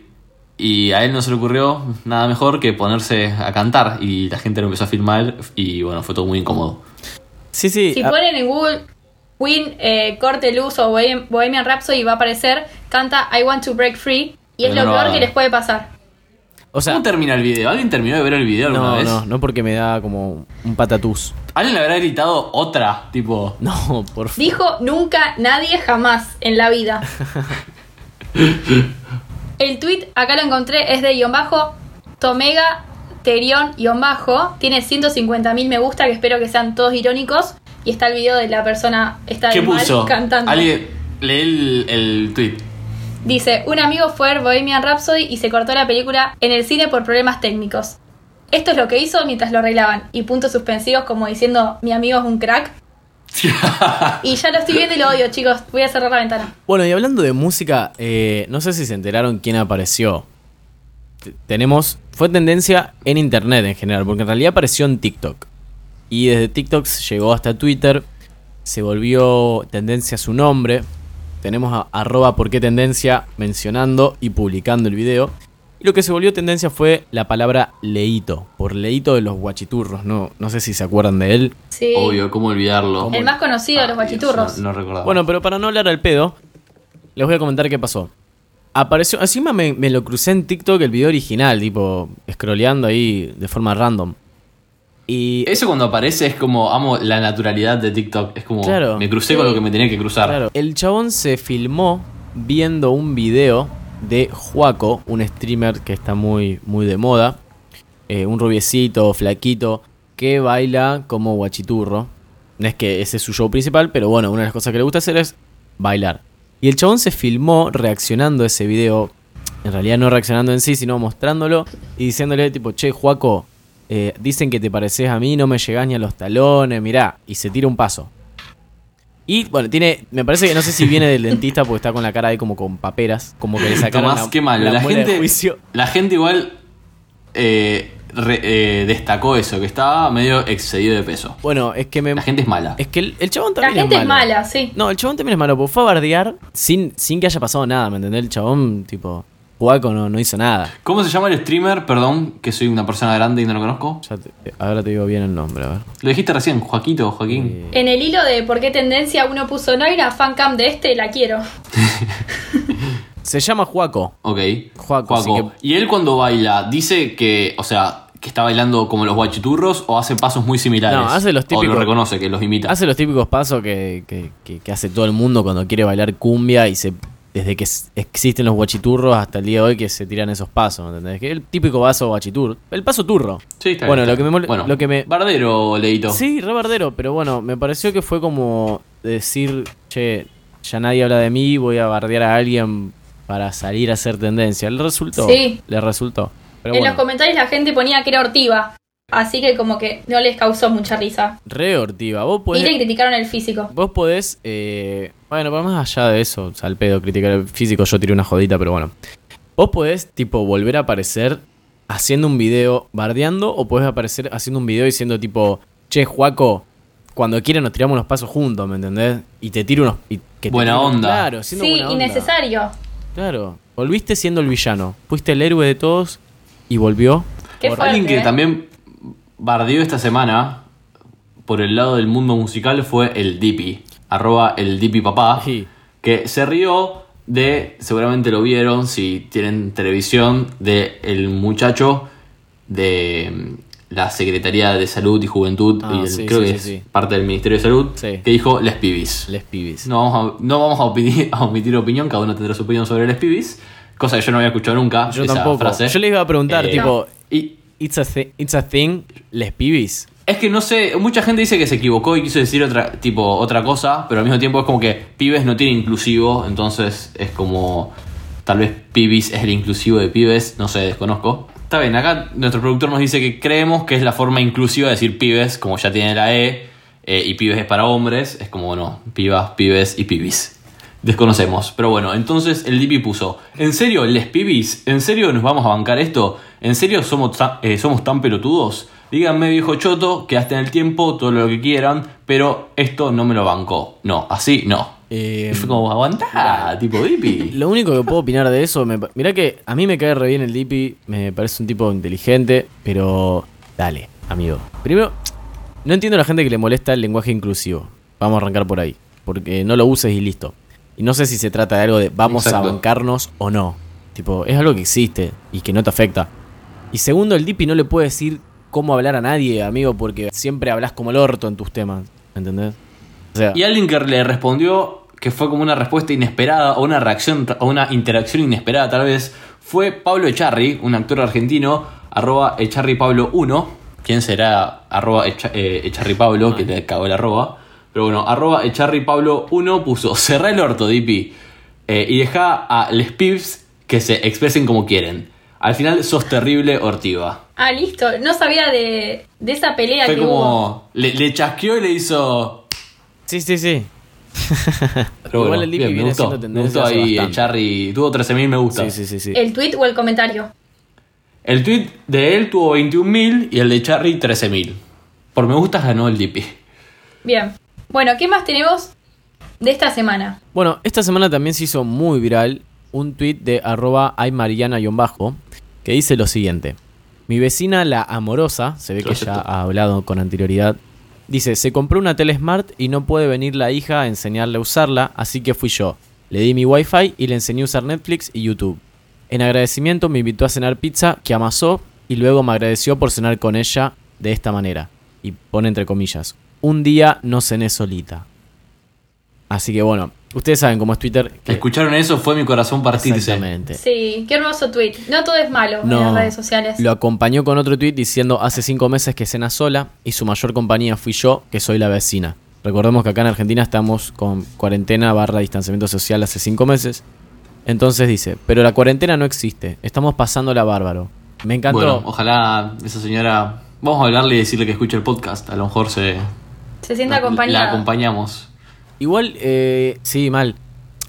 Speaker 4: Y a él no se le ocurrió nada mejor que ponerse a cantar. Y la gente lo empezó a filmar. Y bueno, fue todo muy incómodo.
Speaker 5: sí, sí.
Speaker 3: si
Speaker 5: ah,
Speaker 3: ponen en Google Queen, eh, corte luz o Bohem- Bohemian Rhapsody va a aparecer, canta I Want to Break Free y es
Speaker 4: Pero
Speaker 3: lo
Speaker 4: no lo
Speaker 3: peor que
Speaker 4: hagan.
Speaker 3: les puede pasar.
Speaker 5: o sea,
Speaker 4: ¿Cómo termina el video? ¿Alguien terminó de ver el video alguna
Speaker 5: no,
Speaker 4: vez?
Speaker 5: no, no porque me da como un patatús.
Speaker 4: ¿Alguien le habrá gritado otra? Tipo.
Speaker 5: No, por favor.
Speaker 3: Dijo nunca nadie jamás en la vida. El tweet acá lo encontré, es de guión bajo, Tomega Terión guión bajo, tiene 150.000 me gusta, que espero que sean todos irónicos, y está el video de la persona, está
Speaker 4: ¿Qué
Speaker 3: animal
Speaker 4: puso?
Speaker 3: cantando.
Speaker 4: Alguien. Lee el, el tweet.
Speaker 3: Dice, un amigo fue a ver Bohemian Rhapsody y se cortó la película en el cine por problemas técnicos. Esto es lo que hizo mientras lo arreglaban, y puntos suspensivos como diciendo, mi amigo es un crack. y ya lo estoy viendo y lo odio, chicos, voy a cerrar la ventana.
Speaker 5: Bueno, y hablando de música, eh, no sé si se enteraron quién apareció. T- tenemos. Fue tendencia en internet en general, porque en realidad apareció en TikTok. Y desde TikTok se llegó hasta Twitter. Se volvió tendencia su nombre. Tenemos a arroba por qué tendencia mencionando y publicando el video. Y lo que se volvió tendencia fue la palabra leíto. Por leíto de los guachiturros, ¿no? No sé si se acuerdan de él.
Speaker 3: Sí.
Speaker 4: Obvio, ¿cómo olvidarlo?
Speaker 5: ¿Cómo?
Speaker 3: El más conocido de los
Speaker 4: Ay, Dios,
Speaker 3: guachiturros.
Speaker 4: No, no recordaba.
Speaker 5: Bueno, pero para no hablar al pedo, les voy a comentar qué pasó. Apareció, encima me, me lo crucé en TikTok el video original, tipo, scrolleando ahí de forma random. Y
Speaker 4: Eso cuando aparece es como, amo la naturalidad de TikTok. Es como,
Speaker 5: Claro.
Speaker 4: me crucé con lo que me tenía que cruzar.
Speaker 5: claro, el chabón se filmó viendo un video de Juaco, un streamer que está muy, muy de moda. eh, un rubiecito, flaquito, que baila como guachiturro. No es que ese es su show principal, pero bueno, una de las cosas que le gusta hacer es bailar. Y el chabón se filmó reaccionando a ese video. En realidad no reaccionando en sí, sino mostrándolo y diciéndole tipo, che, Juaco, eh, dicen que te pareces a mí, no me llegás ni a los talones, mirá. Y se tira un paso. Y bueno, tiene, me parece que no sé si viene del dentista porque está con la cara ahí como con paperas, como que le sacaron
Speaker 4: Tomás,
Speaker 5: la-
Speaker 4: qué malo.
Speaker 5: la
Speaker 4: La,
Speaker 5: muela de
Speaker 4: gente,
Speaker 5: juicio.
Speaker 4: la gente igual eh, re- eh, destacó eso, que estaba medio excedido de peso.
Speaker 5: Bueno, es que me,
Speaker 4: La gente es mala.
Speaker 5: Eh, Es que el, el chabón
Speaker 3: La
Speaker 5: también
Speaker 3: gente es
Speaker 5: malo.
Speaker 3: mala, sí.
Speaker 5: No, el chabón también es malo, porque fue a bardear sin, sin que haya pasado nada, ¿me entendés? El chabón, tipo, Juaco no, no hizo nada.
Speaker 4: ¿Cómo se llama el streamer? Perdón, que soy una persona grande y no lo conozco.
Speaker 5: Ya te- eh, ahora te digo bien el nombre, a ver.
Speaker 4: Lo dijiste recién, Joaquito, Joaquín.
Speaker 5: Eh,
Speaker 3: En el hilo de por qué tendencia uno puso no hay una fancam de este, la quiero.
Speaker 5: Se llama Juaco.
Speaker 4: Ok. Joaco.
Speaker 5: Joaco, así
Speaker 4: Y él cuando baila, dice que, o sea, que está bailando como los guachiturros o hace pasos muy similares.
Speaker 5: No, hace los
Speaker 4: O
Speaker 5: típicos-
Speaker 4: lo reconoce, que los imita.
Speaker 5: Hace los típicos pasos que, que- que- que hace todo el mundo cuando quiere bailar cumbia y se. Desde que s- existen los guachiturros hasta el día de hoy que se tiran esos pasos, ¿me entendés? Que el típico paso guachiturro. El paso turro.
Speaker 4: Sí, está bien,
Speaker 5: bueno,
Speaker 4: está
Speaker 5: lo que me
Speaker 4: bien.
Speaker 5: mol-
Speaker 4: Bueno,
Speaker 5: lo que me
Speaker 4: Bardero, Leito.
Speaker 5: Sí, rebardero, pero bueno, me pareció que fue como decir, che, ya nadie habla de mí, voy a bardear a alguien para salir a hacer tendencia. Le resultó.
Speaker 3: Sí.
Speaker 5: Le resultó. Pero
Speaker 3: en los
Speaker 5: bueno,
Speaker 3: comentarios la gente ponía que era ortiva. Así que como que no les causó mucha risa.
Speaker 5: re hortiva. Vos podés.
Speaker 3: Y le criticaron el físico.
Speaker 5: Vos podés. eh, bueno, pero más allá de eso, o sea, al pedo, criticar el físico, yo tiré una jodita, pero bueno. Vos podés, tipo, volver a aparecer haciendo un video bardeando o podés aparecer haciendo un video diciendo, tipo, che, Juaco, cuando quieras nos tiramos unos pasos juntos, ¿me entendés? Y te tiro unos. y que te
Speaker 4: Buena
Speaker 5: tiro-
Speaker 4: onda.
Speaker 5: Claro, siendo
Speaker 3: Sí,
Speaker 5: buena onda.
Speaker 3: innecesario.
Speaker 5: Claro. Volviste siendo el villano. Fuiste el héroe de todos y volvió.
Speaker 3: Qué
Speaker 5: por-
Speaker 3: fuerte,
Speaker 4: Alguien que
Speaker 3: ¿eh?
Speaker 4: también bardeó esta semana por el lado del mundo musical fue el Dipi, arroba el Dipi Papá,
Speaker 5: Sí.
Speaker 4: que se rió de, seguramente lo vieron si tienen televisión, de el muchacho de mm, la Secretaría de Salud y Juventud,
Speaker 5: Ah,
Speaker 4: y el-
Speaker 5: sí,
Speaker 4: creo
Speaker 5: sí,
Speaker 4: que
Speaker 5: sí,
Speaker 4: es
Speaker 5: sí.
Speaker 4: parte del Ministerio de Salud,
Speaker 5: Sí.
Speaker 4: que dijo Les Pibis.
Speaker 5: Les pibis.
Speaker 4: No vamos, a, no vamos a, opini- a omitir opinión, cada uno tendrá su opinión sobre Les Pibis, cosa que yo no había escuchado nunca.
Speaker 5: Yo
Speaker 4: esa
Speaker 5: tampoco.
Speaker 4: frase.
Speaker 5: Yo les iba a preguntar,
Speaker 4: Eh,
Speaker 5: tipo,
Speaker 4: Y
Speaker 5: It's a, thi- it's a thing, les pibis.
Speaker 4: Es que no sé, mucha gente dice que se equivocó y quiso decir otra, tipo, otra cosa, pero al mismo tiempo es como que pibes no tiene inclusivo, entonces es como. Tal vez pibis es el inclusivo de pibes, no sé, desconozco. Está bien, acá nuestro productor nos dice que creemos que es la forma inclusiva de decir pibes, como ya tiene la E, eh, y pibes es para hombres, es como, no, pibas, pibes y pibis. Desconocemos, pero bueno, entonces el Dipi puso, ¿en serio, les pibis? ¿En serio nos vamos a bancar esto? ¿En serio somos tan, eh, somos tan pelotudos? Díganme, viejo choto, que hasta en el tiempo, todo lo que quieran, pero esto no me lo bancó. No, así no.
Speaker 5: Eh,
Speaker 4: Y fue como, aguantá, tipo Dipi.
Speaker 5: Lo único que puedo opinar de eso, me, pa- mirá que a mí me cae re bien el Dipi, me parece un tipo inteligente, pero dale, amigo. Primero, no entiendo a la gente que le molesta el lenguaje inclusivo. Vamos a arrancar por ahí, porque no lo uses y listo. Y no sé si se trata de algo de vamos
Speaker 4: Exacto.
Speaker 5: a bancarnos o no. Tipo, es algo que existe y que no te afecta. Y segundo, el Dipi no le puede decir cómo hablar a nadie, amigo, porque siempre hablas como el orto en tus temas, ¿entendés? O sea,
Speaker 4: Y alguien que le respondió que fue como una respuesta inesperada o una reacción o una interacción inesperada tal vez fue Pablo Echarri, un actor argentino, arroba Echarri Pablo 1. ¿Quién será arroba Echa- eh, Echarri Pablo? Que te cagó la arroba. Pero bueno, arroba Echarri Pablo 1 puso, cerrá el orto, Dipi. eh, y deja a les pibs que se expresen como quieren. Al final sos terrible, Ortiva.
Speaker 3: Ah, listo. No sabía de, de esa pelea
Speaker 4: Fue
Speaker 3: que hubo.
Speaker 4: como... Le, le chasqueó y le hizo...
Speaker 5: sí, sí, sí.
Speaker 4: Pero
Speaker 5: Igual
Speaker 4: bueno,
Speaker 5: el Dipi
Speaker 4: bien, me
Speaker 5: viene
Speaker 4: gustó,
Speaker 5: haciendo tendencia
Speaker 4: Me gustó
Speaker 5: hace
Speaker 4: ahí,
Speaker 5: bastante.
Speaker 4: Charry. Tuvo 13.000 me gusta.
Speaker 5: Sí, sí, sí, sí.
Speaker 3: ¿El tweet o el comentario?
Speaker 4: El tweet de él tuvo 21.000 y el de Charry 13.000. Por me gustas ganó el Dipi.
Speaker 3: Bien. Bueno, ¿qué más tenemos de esta semana?
Speaker 5: Bueno, esta semana también se hizo muy viral un tweet de arroba aymariana-bajo que dice lo siguiente. Mi vecina, la amorosa, se ve que
Speaker 4: Cierto.
Speaker 5: ya ha hablado con anterioridad, dice, se compró una tele smart y no puede venir la hija a enseñarle a usarla, así que fui yo. Le di mi wifi y le enseñé a usar Netflix y YouTube. En agradecimiento me invitó a cenar pizza que amasó y luego me agradeció por cenar con ella de esta manera. Y pone entre comillas, un día no cené solita. Así que bueno, ustedes saben cómo es Twitter. que-
Speaker 4: Escucharon eso, fue mi corazón partirse.
Speaker 5: Exactamente.
Speaker 3: Sí, qué hermoso tweet. No todo es malo en las
Speaker 5: No,
Speaker 3: redes sociales.
Speaker 5: Lo acompañó con otro tweet diciendo hace cinco meses que cena sola y su mayor compañía fui yo, que soy la vecina. Recordemos que acá en Argentina estamos con cuarentena barra distanciamiento social hace cinco meses. Entonces dice, pero la cuarentena no existe, estamos pasándola bárbaro. Me encantó.
Speaker 4: Bueno, ojalá esa señora... Vamos a hablarle y decirle que escuche el podcast. A lo mejor se...
Speaker 3: Se siente
Speaker 4: La
Speaker 3: acompañada.
Speaker 4: acompañamos.
Speaker 5: Igual, eh, sí, mal.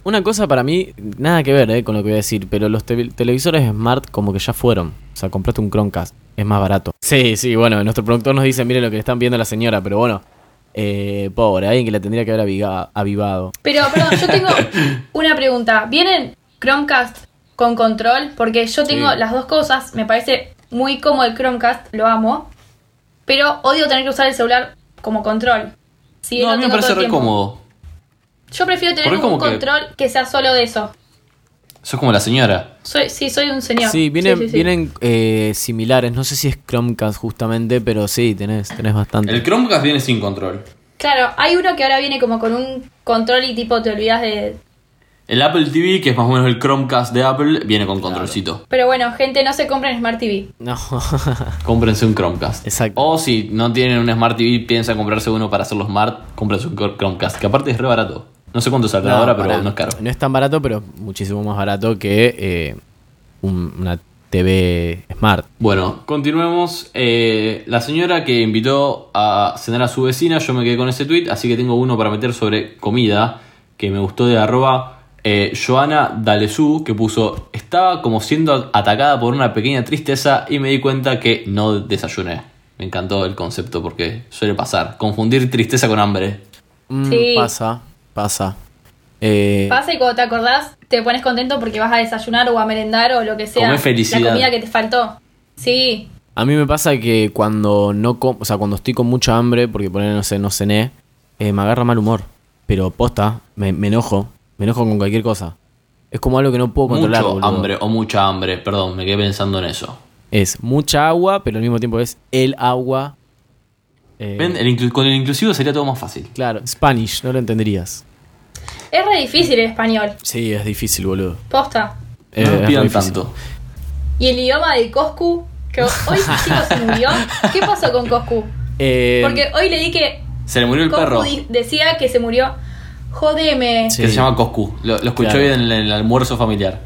Speaker 5: Una cosa para mí, nada que ver eh, con lo que voy a decir, pero los te- televisores smart como que ya fueron. O sea, compraste un Chromecast, es más barato. Sí, sí, bueno, nuestro productor nos dice, mire lo que le están viendo a la señora, pero bueno, eh, pobre, alguien que la tendría que haber aviga- avivado.
Speaker 3: Pero, perdón, yo tengo una pregunta. ¿Vienen Chromecast con control? Porque yo tengo
Speaker 5: Sí.
Speaker 3: las dos cosas. Me parece muy cómodo el Chromecast, lo amo. Pero odio tener que usar el celular como control. Si
Speaker 4: no,
Speaker 3: lo
Speaker 4: a mí me
Speaker 3: tengo
Speaker 4: parece
Speaker 3: todo el
Speaker 4: re
Speaker 3: tiempo.
Speaker 4: cómodo.
Speaker 3: Yo prefiero tener
Speaker 4: Porque
Speaker 3: un
Speaker 4: como que-
Speaker 3: control que... sea solo de eso.
Speaker 4: Sos como la señora.
Speaker 3: Soy, sí, soy un señor.
Speaker 5: Sí, vienen,
Speaker 3: Sí, sí, sí.
Speaker 5: vienen eh, similares, no sé si es Chromecast justamente, pero sí, tenés, tenés bastante.
Speaker 4: El Chromecast viene sin control.
Speaker 3: Claro, hay uno que ahora viene como con un control y tipo te olvidas de...
Speaker 4: El Apple TV, que es más o menos el Chromecast de Apple, viene con controlcito.
Speaker 3: Pero bueno, gente, no se compren Smart TV.
Speaker 5: No.
Speaker 4: Cómprense un Chromecast.
Speaker 5: Exacto.
Speaker 4: O si no tienen un Smart TV y piensan comprarse uno para hacerlo smart, cómprense un Chromecast, que aparte es re barato. No sé cuánto saldrá
Speaker 5: No,
Speaker 4: ahora, pero
Speaker 5: pará.
Speaker 4: no es caro.
Speaker 5: No es tan barato, pero muchísimo más barato que eh, un- una TV Smart.
Speaker 4: Bueno, continuemos. Eh, la señora que invitó a cenar a su vecina, yo me quedé con ese tweet, así que tengo uno para meter sobre comida, que me gustó de arroba eh, Joana Dalesú, que puso, estaba como siendo atacada por una pequeña tristeza y me di cuenta que no desayuné. Me encantó el concepto porque suele pasar, confundir tristeza con hambre.
Speaker 5: Mm,
Speaker 3: Sí.
Speaker 5: Pasa, pasa. Eh,
Speaker 3: Pasa y cuando te acordás te pones contento porque vas a desayunar o a merendar o lo que sea.
Speaker 4: Comés felicidad.
Speaker 3: La comida que te faltó. Sí,
Speaker 5: a mí me pasa que cuando no com- o sea, cuando estoy con mucha hambre, porque por ahí, no sé, no cené, eh, me agarra mal humor. Pero posta, me, me enojo. Me enojo con cualquier cosa. Es como algo que no puedo controlar.
Speaker 4: Mucho
Speaker 5: boludo.
Speaker 4: hambre o mucha hambre, perdón, me quedé pensando en eso.
Speaker 5: Es mucha agua, pero al mismo tiempo es el agua. Eh,
Speaker 4: ¿Ven? El inclu- con el inclusivo sería todo más fácil.
Speaker 5: Claro, Spanish, no lo entenderías.
Speaker 3: es re difícil el español.
Speaker 5: Sí, es difícil, boludo.
Speaker 3: Posta.
Speaker 5: Eh,
Speaker 4: no
Speaker 5: es re
Speaker 4: pidan
Speaker 5: difícil.
Speaker 4: tanto.
Speaker 3: Y el idioma de Coscu, que hoy sí se murió. ¿Qué pasó con Coscu?
Speaker 5: Eh,
Speaker 3: Porque hoy leí que
Speaker 4: Se le murió el
Speaker 3: Coscu
Speaker 4: perro.
Speaker 3: di- decía que se murió. Jodeme.
Speaker 5: Sí.
Speaker 4: Que se llama Coscu. Lo, lo escuchó
Speaker 5: Claro.
Speaker 4: hoy en el, en el almuerzo familiar.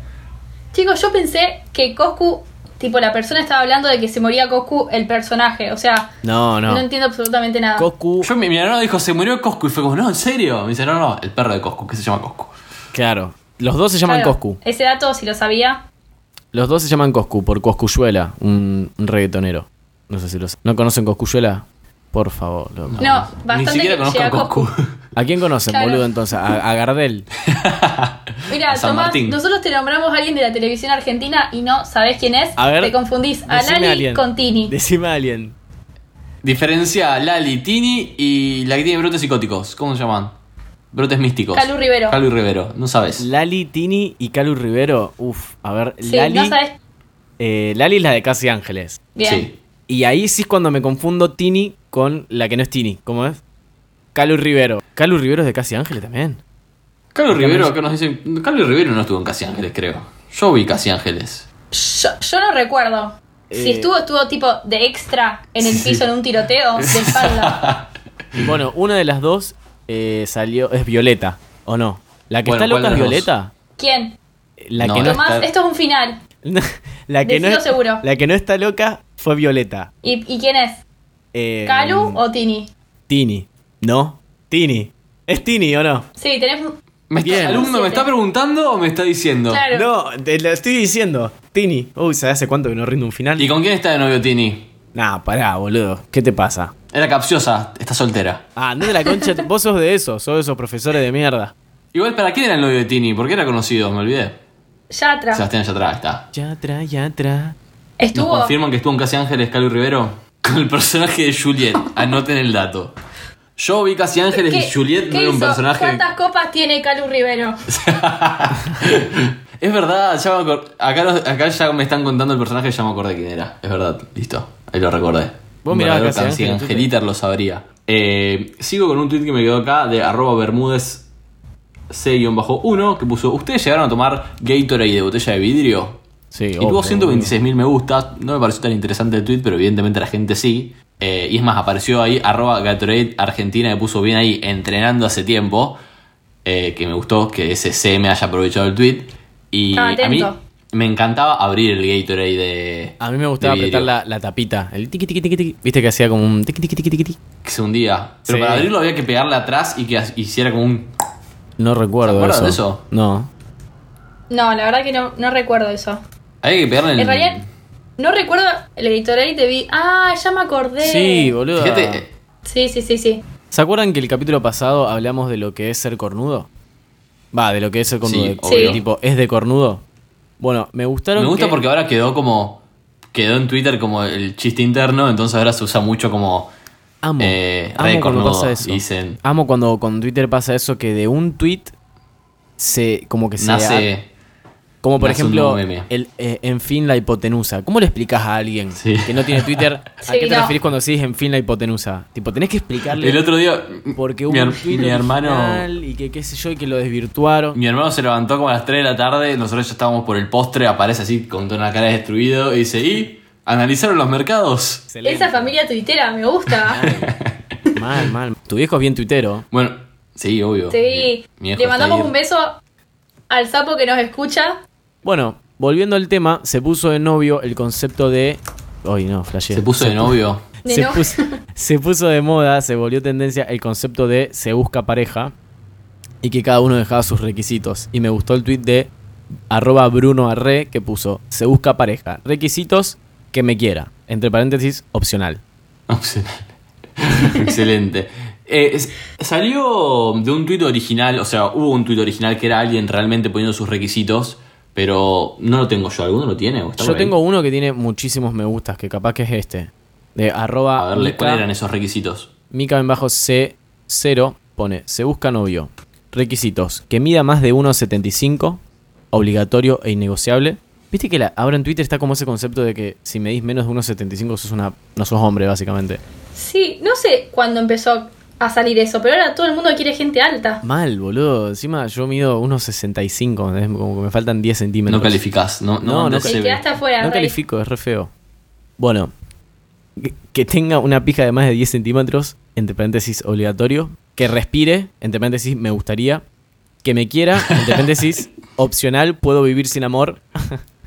Speaker 3: Chicos, yo pensé que Coscu, tipo la persona estaba hablando de que se moría Coscu el personaje. O sea,
Speaker 5: No,
Speaker 3: no,
Speaker 5: no.
Speaker 3: entiendo absolutamente nada.
Speaker 5: Coscu,
Speaker 4: Yo, mi, mi hermano dijo, se murió Coscu. Y fue como, no, ¿en serio? Me dice, no, no, el perro de Coscu, que se llama Coscu.
Speaker 5: claro. Los dos se
Speaker 3: Claro,
Speaker 5: llaman Coscu.
Speaker 3: Ese dato, si lo sabía.
Speaker 5: Los dos se llaman Coscu por Coscuyuela, un, un reggaetonero. No sé si los. ¿No conocen Coscuyuela? Por favor, loco.
Speaker 3: No, bastante
Speaker 4: Ni
Speaker 3: que
Speaker 4: siquiera conozco
Speaker 3: llega
Speaker 4: a Coscu.
Speaker 5: ¿A quién conocen,
Speaker 3: Claro.
Speaker 5: boludo, entonces? A, a Gardel.
Speaker 3: Mira,
Speaker 4: A San
Speaker 3: Tomás,
Speaker 4: Martín.
Speaker 3: nosotros te nombramos a alguien de la televisión argentina y no sabés quién es.
Speaker 5: A ver,
Speaker 3: te confundís a
Speaker 5: Decime
Speaker 3: Lali
Speaker 5: a alguien.
Speaker 3: con Tini.
Speaker 5: Decime a alguien.
Speaker 4: Diferencia a Lali, Tini y la que tiene brotes psicóticos. ¿Cómo se llaman? Brotes místicos.
Speaker 3: Calu Rivero.
Speaker 4: Calu y Rivero, no sabes.
Speaker 5: Lali, Tini y Calu Rivero. Uf, a ver.
Speaker 3: Sí,
Speaker 5: Lali,
Speaker 3: no sabés.
Speaker 5: eh, Lali es la de Casi Ángeles.
Speaker 3: Bien.
Speaker 4: Sí.
Speaker 5: Y ahí sí es cuando me confundo Tini con la que no es Tini. ¿Cómo es? Calu Rivero. Calu Rivero es de Casi Ángeles también.
Speaker 4: Calu Rivero, que nos dicen. Calu Rivero no estuvo en Casi Ángeles, creo. Yo vi Casi Ángeles.
Speaker 3: Yo, yo no recuerdo. Si
Speaker 5: Eh.
Speaker 3: estuvo, estuvo tipo de extra en el piso en un tiroteo de espalda.
Speaker 4: Mm.
Speaker 5: Bueno, una de las dos eh, salió. Es Violeta, ¿o no? ¿La que
Speaker 4: Bueno,
Speaker 5: está
Speaker 4: ¿cuál
Speaker 5: loca es
Speaker 4: de las
Speaker 5: Violeta?
Speaker 3: ¿Quién?
Speaker 5: La
Speaker 4: No,
Speaker 5: que no,
Speaker 4: es-
Speaker 3: Tomás,
Speaker 4: está-
Speaker 3: esto es un final.
Speaker 5: la que no
Speaker 3: Decilo
Speaker 5: es-
Speaker 3: seguro.
Speaker 5: La que no está loca fue Violeta.
Speaker 3: ¿Y, y quién es?
Speaker 5: Eh,
Speaker 3: ¿Calu o Tini?
Speaker 5: Tini. ¿No? Tini. ¿Es Tini o no?
Speaker 3: Sí, tenés.
Speaker 4: ¿Me está-
Speaker 5: Bien.
Speaker 4: ¿Alumno me está preguntando o me está diciendo?
Speaker 3: Claro.
Speaker 5: No, te lo estoy diciendo. Tini. Uy, ¿sabes hace cuánto que no rindo un final?
Speaker 4: ¿Y con quién está de novio Tini?
Speaker 5: Nah, pará, boludo. ¿Qué te pasa?
Speaker 4: Era capciosa, está soltera.
Speaker 5: Ah, no de la concha. Vos sos de esos, sos de esos profesores de mierda.
Speaker 4: Igual, ¿para quién era el novio de Tini? Porque era conocido, me olvidé.
Speaker 3: Yatra.
Speaker 4: Sebastián Yatra, está.
Speaker 5: Yatra, yatra.
Speaker 4: ¿Nos
Speaker 3: ¿Estuvo?
Speaker 4: confirman que estuvo en Casi Ángeles Calu Rivero? Con el personaje de Juliet. Anoten el dato. Yo vi Casi Ángeles y Juliet
Speaker 3: qué
Speaker 4: no era un
Speaker 3: hizo?
Speaker 4: personaje.
Speaker 3: ¿Cuántas copas tiene Calu Rivero?
Speaker 4: es verdad, ya me acor- acá, los- acá ya me están contando el personaje, ya me acordé quién era. Es verdad, listo. Ahí lo recordé.
Speaker 5: Vos
Speaker 4: Un
Speaker 5: mirabas
Speaker 4: verdadero
Speaker 5: Casi
Speaker 4: Casi
Speaker 5: Ángeles,
Speaker 4: Angelita lo sabría. Eh, sigo con un tweet que me quedó acá de arroba bermúdez C-1 que puso: ¿Ustedes llegaron a tomar Gatorade de botella de vidrio?
Speaker 5: Sí,
Speaker 4: y
Speaker 5: obvio,
Speaker 4: tuvo 126.000 me gustas. No me pareció tan interesante el tweet, pero evidentemente la gente sí. Eh, y es más, apareció ahí arroba Gatorade Argentina, que puso bien ahí entrenando hace tiempo. eh, que me gustó que ese C me haya aprovechado el tweet. Y
Speaker 3: Estaba
Speaker 4: a mí
Speaker 3: atento.
Speaker 4: me encantaba abrir el Gatorade de.
Speaker 5: A mí me gustaba
Speaker 4: de vidrio,
Speaker 5: apretar la, la tapita. El tiqui tiqui tiqui tiqui. Viste que hacía como un tiqui tiqui tiqui tiqui, tiqui.
Speaker 4: Que se hundía. Pero
Speaker 5: Sí.
Speaker 4: para abrirlo había que pegarle atrás y que ha- hiciera como un.
Speaker 5: No recuerdo
Speaker 4: acuerdan
Speaker 5: eso.
Speaker 4: de eso?
Speaker 5: No.
Speaker 3: No, la verdad que no, no recuerdo eso.
Speaker 4: Había que pegarle en
Speaker 3: En realidad, no recuerdo el editorial y te vi. Ah, ya me acordé.
Speaker 5: Sí, boludo.
Speaker 4: Fíjate, eh,
Speaker 3: Sí, sí, sí, sí.
Speaker 5: ¿Se acuerdan que el capítulo pasado hablamos de lo que es ser cornudo? Va, de lo que es ser cornudo.
Speaker 4: Sí,
Speaker 5: de-
Speaker 3: obvio.
Speaker 5: de Tipo, ¿es de cornudo? Bueno, me
Speaker 4: eh,
Speaker 5: gustaron.
Speaker 4: Me gusta
Speaker 5: que-
Speaker 4: porque ahora quedó como. Quedó en Twitter como el chiste interno, entonces ahora se usa mucho como.
Speaker 5: Amo.
Speaker 4: eh,
Speaker 5: amo
Speaker 4: re
Speaker 5: cuando
Speaker 4: cornudo,
Speaker 5: pasa eso.
Speaker 4: dicen.
Speaker 5: Amo cuando con Twitter pasa eso que de un tweet se. como que se.
Speaker 4: Nace.
Speaker 5: Como por
Speaker 4: nace un
Speaker 5: ejemplo,
Speaker 4: nuevo meme.
Speaker 5: el, eh, en fin, la hipotenusa. ¿Cómo le explicas a alguien
Speaker 4: Sí.
Speaker 5: que no tiene Twitter a
Speaker 3: Sí,
Speaker 5: qué te
Speaker 3: no.
Speaker 5: referís cuando decís en fin la hipotenusa? Tipo, tenés que explicarle
Speaker 4: El otro día.
Speaker 5: porque hubo
Speaker 4: mi,
Speaker 5: un
Speaker 4: her-
Speaker 5: tweet
Speaker 4: mi hermano.
Speaker 5: original y que qué sé yo y que lo desvirtuaron.
Speaker 4: Mi hermano se levantó como a las 3 de la tarde, nosotros ya estábamos por el postre, aparece así con toda una cara de destruido y dice, ¿y? ¿Analizaron los mercados?
Speaker 5: Excelente.
Speaker 3: Esa familia tuitera me gusta.
Speaker 5: Mal, mal. Tu viejo es bien tuitero.
Speaker 4: Bueno, sí, obvio.
Speaker 3: sí.
Speaker 4: Mi- mi viejo
Speaker 3: Le
Speaker 4: está
Speaker 3: mandamos
Speaker 4: ahí.
Speaker 3: un beso al sapo que nos escucha.
Speaker 5: Bueno, volviendo al tema, se puso de novio el concepto de. Ay, no, flashé.
Speaker 4: Se puso de novio.
Speaker 3: De
Speaker 5: se,
Speaker 3: novio.
Speaker 5: puso, se puso de moda, se volvió tendencia el concepto de se busca pareja y que cada uno dejaba sus requisitos. Y me gustó el tweet de arroba Bruno Arre que puso se busca pareja, requisitos que me quiera, entre paréntesis, opcional.
Speaker 4: Opcional. Excelente. Eh, s- salió de un tuit original, o sea, hubo un tuit original que era alguien realmente poniendo sus requisitos, pero no lo tengo yo. ¿Alguno lo tiene? ¿O está
Speaker 5: Yo
Speaker 4: por ahí?
Speaker 5: tengo uno que tiene muchísimos me gustas, que capaz que es este. De arroba
Speaker 4: A verle,
Speaker 5: Mica-
Speaker 4: ¿cuáles eran esos requisitos?
Speaker 5: Mica en bajo C0 pone, se busca novio. Requisitos, que mida más de 1,75, obligatorio e innegociable. Viste que la- ahora en Twitter está como ese concepto de que si medís menos de 1,75 sos una, no sos hombre, básicamente.
Speaker 3: Sí, no sé cuándo empezó a salir eso, pero ahora todo el mundo quiere gente alta.
Speaker 5: Mal, boludo. Encima yo mido 1,65, es como que me faltan 10 centímetros.
Speaker 4: No calificás, no, no,
Speaker 5: No, no
Speaker 4: mandás
Speaker 5: Sí,
Speaker 3: Te
Speaker 4: CV.
Speaker 3: quedaste afuera.
Speaker 5: No
Speaker 3: rey.
Speaker 5: califico, es re feo. Bueno, que- que tenga una pija de más de 10 centímetros, entre paréntesis obligatorio, que respire, entre paréntesis me gustaría, que me quiera, entre paréntesis opcional, puedo vivir sin amor.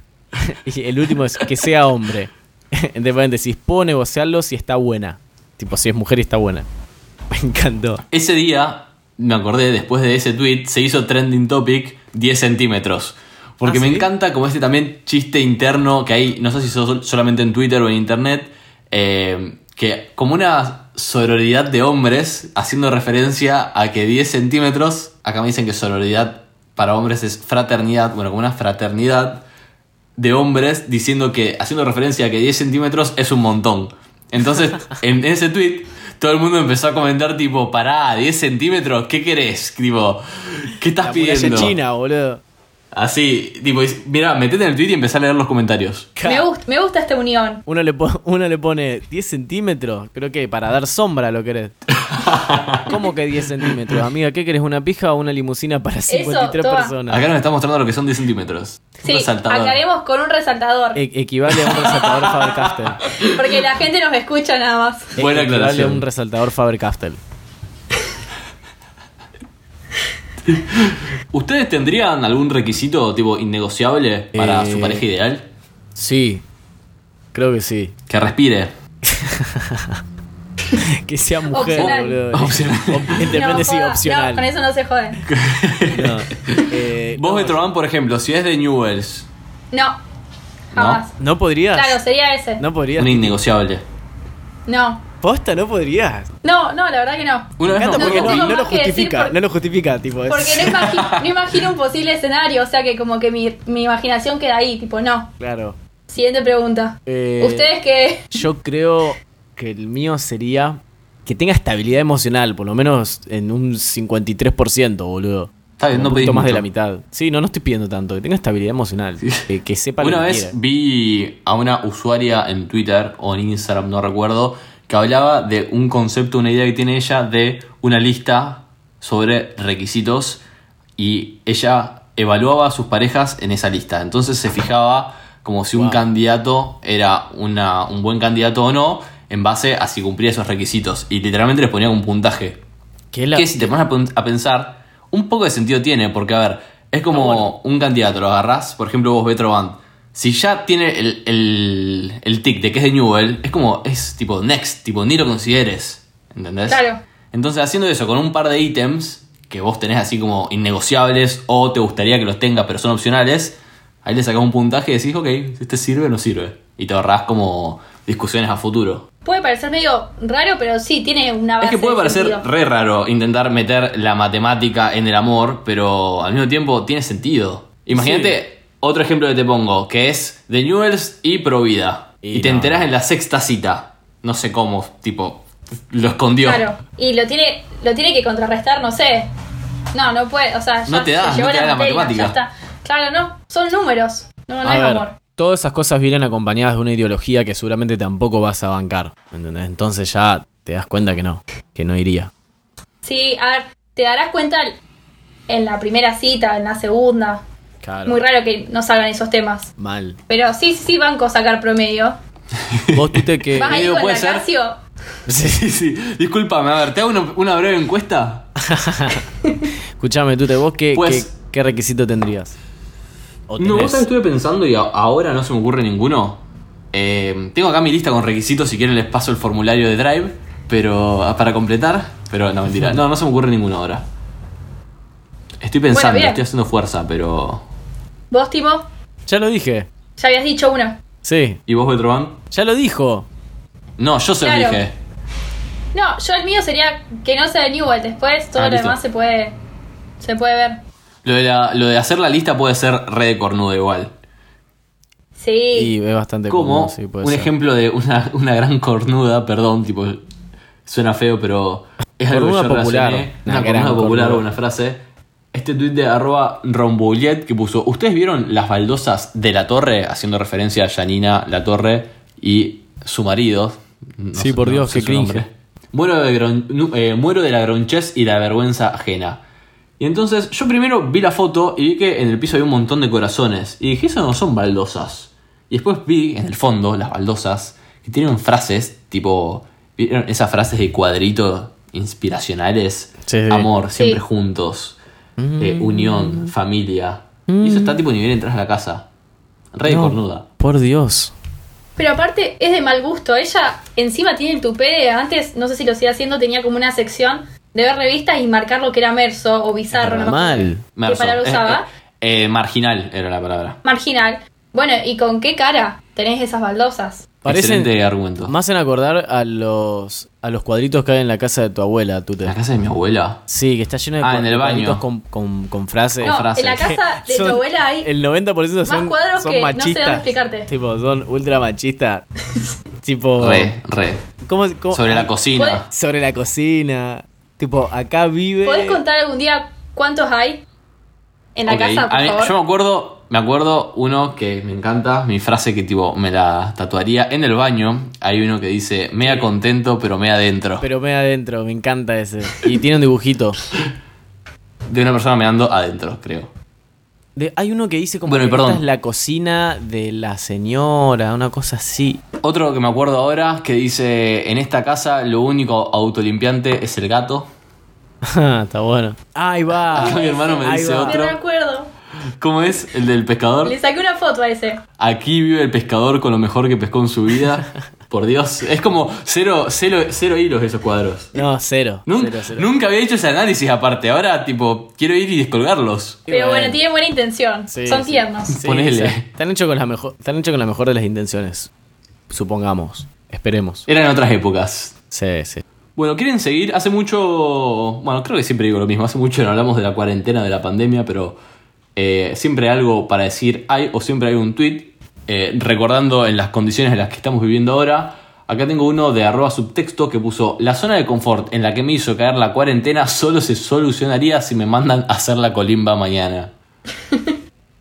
Speaker 5: y el último es que sea hombre, entre paréntesis, puedo negociarlo si está buena. Tipo, si es mujer y está buena. Me encantó.
Speaker 4: Ese día, me acordé, después de ese tweet, se hizo trending topic 10 centímetros. Porque
Speaker 5: ¿Ah,
Speaker 4: me
Speaker 5: sí?
Speaker 4: encanta como este también chiste interno que hay, no sé si so- solamente en Twitter o en Internet, eh, que como una sororidad de hombres, haciendo referencia a que 10 centímetros, acá me dicen que sororidad para hombres es fraternidad, bueno, como una fraternidad de hombres diciendo que, haciendo referencia a que 10 centímetros es un montón. Entonces, en ese tweet, todo el mundo empezó a comentar tipo, pará, 10 centímetros, ¿qué querés? Tipo, ¿qué estás
Speaker 5: La muralla
Speaker 4: pidiendo?
Speaker 5: china, boludo.
Speaker 4: Así, tipo, mira, metete en el tweet y empezá a leer los comentarios.
Speaker 3: Me, gust- me gusta esta unión.
Speaker 5: Uno le, po- uno le pone 10 centímetros, creo que para dar sombra lo querés. ¿Cómo que 10 centímetros? Amiga, ¿qué querés? ¿Una pija o una limusina para 53
Speaker 3: toma.
Speaker 5: personas?
Speaker 4: Acá nos está mostrando lo que son 10 centímetros. Un
Speaker 3: Sí,
Speaker 4: resaltador.
Speaker 3: acaremos con un resaltador.
Speaker 5: E- equivale a un resaltador Faber-Castell.
Speaker 3: Porque la gente nos escucha nada más.
Speaker 5: E-
Speaker 4: Buena
Speaker 5: Equivale a
Speaker 4: aclaración.
Speaker 5: un resaltador Faber-Castell.
Speaker 4: ¿Ustedes tendrían algún requisito tipo innegociable para
Speaker 5: Eh,
Speaker 4: su pareja ideal?
Speaker 5: Sí, creo que sí.
Speaker 4: Que respire.
Speaker 5: Que sea mujer,
Speaker 3: Opcional.
Speaker 5: boludo.
Speaker 4: Opcional.
Speaker 5: Op- Entre
Speaker 3: No,
Speaker 5: paréntesis,
Speaker 3: joda,
Speaker 5: opcional.
Speaker 3: no, con eso no se jode.
Speaker 5: No. Eh,
Speaker 4: Vos,
Speaker 5: no,
Speaker 4: Metroman, por ejemplo, si es de Newells,
Speaker 3: No, jamás.
Speaker 5: ¿No podrías?
Speaker 3: Claro, sería ese. No.
Speaker 5: ¿No podrías?
Speaker 4: un innegociable.
Speaker 3: no,
Speaker 5: ¿Posta? ¿No podrías?
Speaker 3: no, la verdad que no.
Speaker 4: Una
Speaker 5: Me
Speaker 4: vez
Speaker 5: encanta
Speaker 4: no,
Speaker 5: porque
Speaker 4: no,
Speaker 5: no,
Speaker 3: tengo
Speaker 5: no lo
Speaker 3: más que decir
Speaker 5: justifica,
Speaker 3: por-
Speaker 5: no lo justifica,
Speaker 4: Pues
Speaker 5: tipo. es-
Speaker 3: Porque no, imagi- no imagino un posible escenario, o sea que como que mi, mi imaginación queda ahí, tipo, no.
Speaker 5: Claro.
Speaker 3: Siguiente pregunta.
Speaker 5: Eh,
Speaker 3: ¿Ustedes qué?
Speaker 5: Yo creo que el mío sería que tenga estabilidad emocional, por lo menos en un 53%, boludo.
Speaker 4: Está bien,
Speaker 5: Un
Speaker 4: no
Speaker 5: poquito
Speaker 4: pedís
Speaker 5: más de
Speaker 4: mucho.
Speaker 5: la mitad. Sí, no, no estoy pidiendo tanto. Que tenga estabilidad emocional. Que, que sepa
Speaker 4: Una
Speaker 5: lo que
Speaker 4: vez
Speaker 5: quiere.
Speaker 4: vi a una usuaria en Twitter o en Instagram, no recuerdo, que hablaba de un concepto, una idea que tiene ella de una lista sobre requisitos y ella evaluaba a sus parejas en esa lista. Entonces se fijaba como si un
Speaker 5: Wow.
Speaker 4: candidato era una- un buen candidato o no en base a si cumplía esos requisitos y literalmente les ponía un puntaje.
Speaker 5: Que la-
Speaker 4: Que si te pones a pen- a pensar, un poco de sentido tiene, porque a ver, es como un candidato, lo agarrás, por ejemplo, vos Betro Band. Si ya tiene el, el, el tic de que es de Newell, es como, es tipo next, tipo ni lo consideres. ¿Entendés?
Speaker 3: Claro.
Speaker 4: Entonces, haciendo eso con un par de ítems que vos tenés así como innegociables o te gustaría que los tenga, pero son opcionales, ahí le sacás un puntaje y decís, ok, este sirve o no sirve. Y te ahorrás como discusiones a futuro.
Speaker 3: Puede parecer medio raro, pero sí, tiene una base
Speaker 4: Es que puede
Speaker 3: de
Speaker 4: parecer
Speaker 3: sentido.
Speaker 4: re raro intentar meter la matemática en el amor, pero al mismo tiempo tiene sentido. Imagínate otro ejemplo que te pongo, que es de Newells y Provida. Y,
Speaker 5: Y
Speaker 4: te
Speaker 5: no.
Speaker 4: enterás en la sexta cita. No sé cómo, tipo, lo escondió.
Speaker 3: Claro. Y lo tiene, lo tiene que contrarrestar, no sé. No, no puede, o sea, ya
Speaker 4: No te da,
Speaker 3: se llevó
Speaker 4: no te da la
Speaker 3: materia,
Speaker 4: matemática.
Speaker 3: ya está. Claro, no, son números. No, no
Speaker 5: a
Speaker 3: es
Speaker 5: ver,
Speaker 3: amor.
Speaker 5: todas esas cosas vienen acompañadas de una ideología que seguramente tampoco vas a bancar. ¿entendés? Entonces ya te das cuenta que no, que no iría.
Speaker 3: Sí, a ver, te darás cuenta en la primera cita, en la segunda.
Speaker 5: Claro.
Speaker 3: Muy raro que no salgan esos temas.
Speaker 5: Mal.
Speaker 3: Pero sí, sí, banco sacar promedio.
Speaker 5: Vos tuviste que.
Speaker 3: Vas ahí
Speaker 4: digo,
Speaker 3: con
Speaker 4: Eh, puede
Speaker 3: la
Speaker 4: ser.
Speaker 3: Casio.
Speaker 4: Sí, sí, sí. Disculpame, a ver, ¿te hago una, una breve encuesta?
Speaker 5: Escuchame, Tute, vos qué,
Speaker 4: Pues-
Speaker 5: qué, qué requisito tendrías. ¿O
Speaker 4: No,
Speaker 5: tenés?
Speaker 4: vos sabés, estuve pensando y a- ahora no se me ocurre ninguno. Eh, tengo acá mi lista con requisitos, si quieren les paso el formulario de Drive, pero ah, para completar. Pero no, mentira. No, no se me ocurre ninguno ahora. Estoy pensando,
Speaker 3: bien.
Speaker 4: estoy haciendo fuerza, pero.
Speaker 3: Vos, Timo,
Speaker 5: Ya lo dije.
Speaker 3: ya habías dicho uno.
Speaker 5: Sí,
Speaker 4: ¿Y vos, Betroban?
Speaker 5: ya lo dijo.
Speaker 4: No, yo se lo
Speaker 3: Claro.
Speaker 4: dije.
Speaker 3: No, yo el mío sería que no sea de Newell. Después todo
Speaker 4: Ah,
Speaker 3: lo
Speaker 4: listo.
Speaker 3: demás se puede, se puede ver.
Speaker 4: Lo de, la- lo de hacer la lista puede ser re de cornudo igual.
Speaker 3: Sí.
Speaker 5: Y es bastante
Speaker 4: Como
Speaker 5: común, sí, puede
Speaker 4: un
Speaker 5: ser.
Speaker 4: ejemplo de una, una gran cornuda, perdón, tipo, suena feo, pero es algo que
Speaker 5: Cornuda
Speaker 4: yo
Speaker 5: popular.
Speaker 4: relacioné.
Speaker 5: Una
Speaker 4: Una
Speaker 5: gran
Speaker 4: cornuda popular
Speaker 5: cornuda.
Speaker 4: o una frase. Este tuit de arroba rombouliet que puso, ¿ustedes vieron las baldosas de la torre? Haciendo referencia a Janina La Torre y su marido. No
Speaker 5: Sí, por Dios, qué
Speaker 4: su nombre.
Speaker 5: cringe.
Speaker 4: Muero de, gron- nu- eh, muero de la gronchez y la vergüenza ajena. Y entonces yo primero vi la foto y vi que en el piso había un montón de corazones. Y dije, eso no son baldosas. Y después vi en el fondo las baldosas, que tienen frases tipo. ¿Vieron esas frases de cuadrito inspiracionales?
Speaker 5: Sí, Mm. sí.
Speaker 4: Amor, siempre
Speaker 3: Sí.
Speaker 4: juntos. eh, unión, familia. Y eso está tipo ni bien entras a la casa. Rey
Speaker 5: Mm. No,
Speaker 4: cornuda.
Speaker 5: Por Dios.
Speaker 3: Pero aparte es de mal gusto. Ella encima tiene el tupé. Antes, no sé si lo sigue haciendo, tenía como una sección de ver revistas y marcar lo que era merso o bizarro. no me acuerdo.
Speaker 5: Mal.
Speaker 4: Merso.
Speaker 3: palabra
Speaker 4: Eh,
Speaker 3: usaba?
Speaker 4: eh, eh, marginal era la palabra.
Speaker 3: Marginal. Bueno, ¿y con qué cara tenés esas baldosas?
Speaker 5: Parecen-
Speaker 4: Excelente argumento.
Speaker 5: Más en acordar a los, a los cuadritos que hay en la casa de tu abuela, tú te.
Speaker 4: La casa de mi abuela.
Speaker 5: Sí, que está lleno de
Speaker 4: Ah,
Speaker 5: cua-
Speaker 4: en el baño.
Speaker 5: cuadritos con, con, con frases.
Speaker 3: No,
Speaker 4: frases.
Speaker 3: en la casa de tu
Speaker 5: Son-
Speaker 3: abuela hay
Speaker 5: El 90% son,
Speaker 3: cuadros
Speaker 5: son
Speaker 3: que no sé
Speaker 5: machistas.
Speaker 3: dónde explicarte.
Speaker 5: Tipo, son ultra machistas. tipo.
Speaker 4: Re, re.
Speaker 5: ¿cómo, cómo-
Speaker 4: Sobre la cocina.
Speaker 5: Sobre la cocina. Tipo, acá vive.
Speaker 3: ¿Podés contar algún día cuántos hay en la
Speaker 4: Ok.
Speaker 3: casa, por
Speaker 4: A mí-
Speaker 3: favor?
Speaker 4: Yo me acuerdo, me acuerdo uno que me encanta, mi frase que tipo me la tatuaría en el baño. Hay uno que dice, mea contento, pero mea adentro.
Speaker 5: Pero me adentro, me encanta ese. Y tiene un dibujito.
Speaker 4: De una persona meando adentro, creo.
Speaker 5: De- hay uno que dice como
Speaker 4: Bueno, y
Speaker 5: que esta
Speaker 4: perdón.
Speaker 5: es la cocina de la señora, una cosa así.
Speaker 4: Otro que me acuerdo ahora que dice, en esta casa lo único autolimpiante es el gato.
Speaker 5: Está bueno. Ahí va.
Speaker 4: Acá mi hermano me
Speaker 5: Ahí
Speaker 4: dice
Speaker 5: va.
Speaker 3: Me
Speaker 4: otro.
Speaker 3: recuerdo.
Speaker 4: ¿Cómo es? El del pescador.
Speaker 3: Le saqué una foto a ese.
Speaker 4: Aquí vive el pescador con lo mejor que pescó en su vida. Por Dios, es como cero, cero, cero hilos esos cuadros.
Speaker 5: No, cero.
Speaker 4: Nun-
Speaker 5: cero, cero.
Speaker 4: Nunca había hecho ese análisis aparte. Ahora, tipo, quiero ir y descolgarlos.
Speaker 3: Pero
Speaker 5: bueno.
Speaker 3: bueno, tiene buena intención.
Speaker 5: Sí,
Speaker 3: Son
Speaker 5: sí.
Speaker 3: tiernos.
Speaker 5: Sí,
Speaker 4: Ponele.
Speaker 5: o sea, Están hechos con la mejor, están hechos con la mejor de las intenciones. Supongamos. Esperemos.
Speaker 4: Eran otras épocas.
Speaker 5: Sí, sí.
Speaker 4: Bueno, ¿quieren seguir? Hace mucho. Bueno, creo que siempre digo lo mismo. Hace mucho no hablamos de la cuarentena, de la pandemia, pero eh, siempre hay algo para decir hay o siempre hay un tweet eh, recordando en las condiciones en las que estamos viviendo ahora. Acá tengo uno de arroba subtexto que puso: La zona de confort en la que me hizo caer la cuarentena solo se solucionaría si me mandan a hacer la colimba mañana.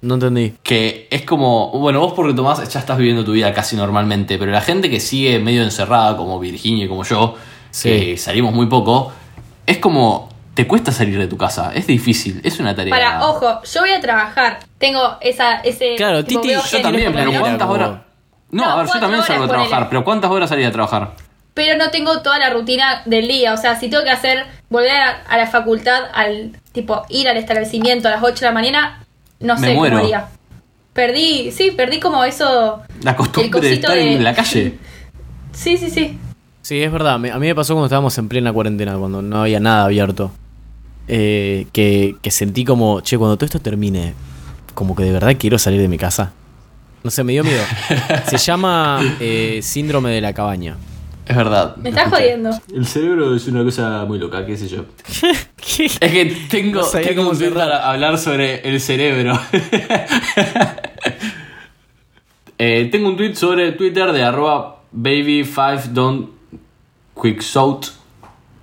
Speaker 5: No entendí.
Speaker 4: que es como, bueno, vos porque Tomás ya estás viviendo tu vida casi normalmente, pero la gente que sigue medio encerrada, como Virginia y como yo,
Speaker 5: Sí.
Speaker 4: que salimos muy poco, es como, te cuesta salir de tu casa, es difícil, es una tarea.
Speaker 3: Para, ojo, yo voy a trabajar. Tengo esa, ese.
Speaker 5: Claro, Titi,
Speaker 3: veo
Speaker 5: yo
Speaker 4: Yo
Speaker 3: gente,
Speaker 4: también,
Speaker 3: por
Speaker 4: pero
Speaker 3: lo menos,
Speaker 4: ¿cuántas
Speaker 5: como-
Speaker 4: horas?
Speaker 3: No,
Speaker 4: No, a ver, yo
Speaker 3: cuatro
Speaker 4: también salgo a
Speaker 3: horas, ponele.
Speaker 4: trabajar, pero ¿cuántas horas salí a trabajar?
Speaker 3: Pero no tengo toda la rutina del día. O sea, si tengo que hacer, volver a, a la facultad, al tipo, ir al establecimiento a las 8 de la mañana, no
Speaker 4: Me
Speaker 3: sé
Speaker 4: muero.
Speaker 3: cómo haría. Perdí, sí, perdí como eso.
Speaker 4: La
Speaker 3: El
Speaker 4: costumbre de
Speaker 3: cosito
Speaker 4: estar
Speaker 3: de-
Speaker 4: en la calle.
Speaker 3: Sí, sí, sí.
Speaker 5: Sí, es verdad. Me- a mí me pasó cuando estábamos en plena cuarentena, cuando no había nada abierto. Eh, que, que sentí como, che, cuando todo esto termine, como que de verdad quiero salir de mi casa. No sé, me dio miedo. Se llama eh, síndrome de la cabaña.
Speaker 4: Es verdad.
Speaker 3: Me estás jodiendo.
Speaker 4: El cerebro es una cosa muy loca, qué sé yo. Es que tengo,
Speaker 5: No sabía
Speaker 4: tengo
Speaker 5: cómo
Speaker 4: un tweet para hablar sobre el cerebro. Eh, tengo un tweet sobre Twitter de arroba baby5don'tquicksout.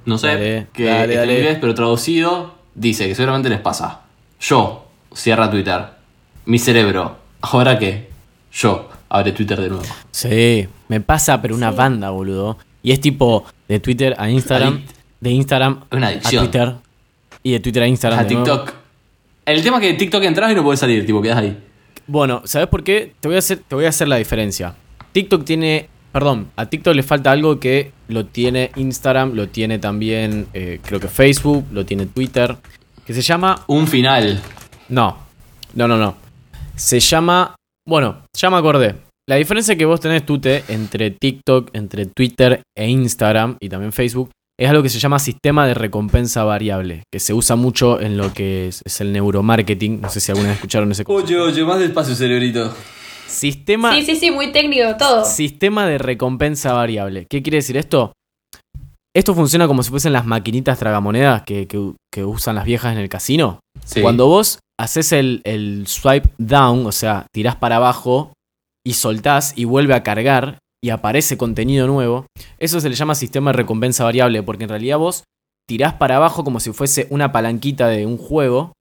Speaker 4: No sé,
Speaker 5: Dale,
Speaker 4: que
Speaker 5: dale,
Speaker 4: está en
Speaker 5: dale.
Speaker 4: inglés, pero traducido dice que seguramente les pasa. Yo, cierra Twitter. Mi cerebro, ¿ahora qué? Yo, abre Twitter de nuevo.
Speaker 5: Sí, me pasa, pero una banda, boludo. Y es tipo de Twitter a Instagram,
Speaker 4: Adic-
Speaker 5: de Instagram
Speaker 4: Una
Speaker 5: a
Speaker 4: adicción.
Speaker 5: Twitter y de Twitter a Instagram.
Speaker 4: A
Speaker 5: de nuevo.
Speaker 4: TikTok. El tema es que de TikTok entras y no puedes salir, tipo, quedas ahí.
Speaker 5: Bueno, ¿sabes por qué? Te voy, a hacer, te voy a hacer la diferencia. TikTok tiene. Perdón, a TikTok le falta algo que lo tiene Instagram, lo tiene también, eh, creo que Facebook, lo tiene Twitter, que se llama.
Speaker 4: Un final.
Speaker 5: No, no, no, no. Se llama. Bueno, ya me acordé. La diferencia que vos tenés, Tute, entre TikTok, entre Twitter e Instagram y también Facebook, es algo que se llama sistema de recompensa variable, que se usa mucho en lo que es, es el neuromarketing. No sé si alguna vez escucharon ese concepto.
Speaker 4: Oye, oye, más despacio, cerebrito.
Speaker 5: Sistema
Speaker 3: Sí, sí, sí, muy técnico todo.
Speaker 5: Sistema de recompensa variable. ¿Qué quiere decir esto? Esto funciona como si fuesen las maquinitas tragamonedas que, que- que usan las viejas en el casino.
Speaker 4: Sí.
Speaker 5: Cuando vos haces el, el swipe down, o sea, tirás para abajo y soltás y vuelve a cargar y aparece contenido nuevo, eso se le llama sistema de recompensa variable, porque en realidad vos tirás para abajo como si fuese una palanquita de un juego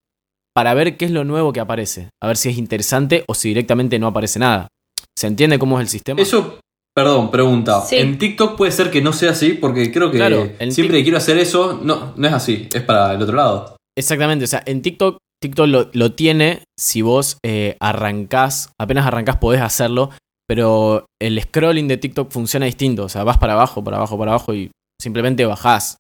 Speaker 5: para ver qué es lo nuevo que aparece, a ver si es interesante o si directamente no aparece nada. ¿Se entiende cómo es el sistema?
Speaker 4: Eso, perdón, pregunta.
Speaker 3: Sí.
Speaker 4: En TikTok puede ser que no sea así, porque creo que
Speaker 5: Claro, en
Speaker 4: siempre
Speaker 5: Tik-
Speaker 4: que quiero hacer eso, no, no es así, es para el otro lado.
Speaker 5: Exactamente, o sea, en TikTok, TikTok lo, lo tiene si vos eh, arrancás, apenas arrancás podés hacerlo, pero el scrolling de TikTok funciona distinto. O sea, vas para abajo, para abajo, para abajo y simplemente bajás.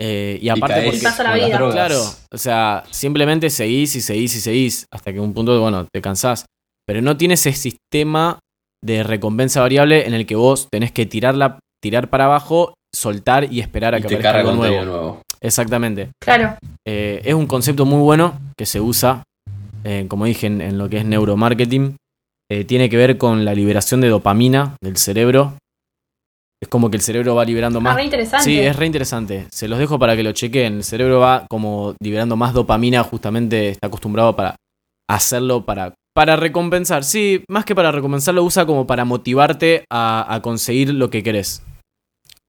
Speaker 5: Eh, y aparte,
Speaker 6: caes
Speaker 5: porque.
Speaker 3: Pasa la
Speaker 6: con las
Speaker 3: vida.
Speaker 6: drogas.
Speaker 5: Claro, o sea, simplemente seguís y seguís y seguís hasta que un punto, bueno, te cansás. Pero no tiene ese sistema de recompensa variable en el que vos tenés que tirarla, tirar para abajo, soltar y esperar a
Speaker 6: Y
Speaker 5: que
Speaker 6: te
Speaker 5: aparezca
Speaker 6: carga
Speaker 5: algo
Speaker 6: contenido
Speaker 5: nuevo.
Speaker 6: nuevo.
Speaker 5: Exactamente.
Speaker 3: Claro.
Speaker 5: Eh, es un concepto muy bueno que se usa, eh, como dije, en, en lo que es neuromarketing. Eh, tiene que ver con la liberación de dopamina del cerebro. Es como que el cerebro va liberando
Speaker 3: Ah,
Speaker 5: más
Speaker 3: re interesante.
Speaker 5: Sí, es re interesante. Se los dejo para que lo chequen. El cerebro va como liberando más dopamina, justamente está acostumbrado para hacerlo para, para recompensar. Sí, más que para recompensar, lo usa como para motivarte a, a conseguir lo que querés.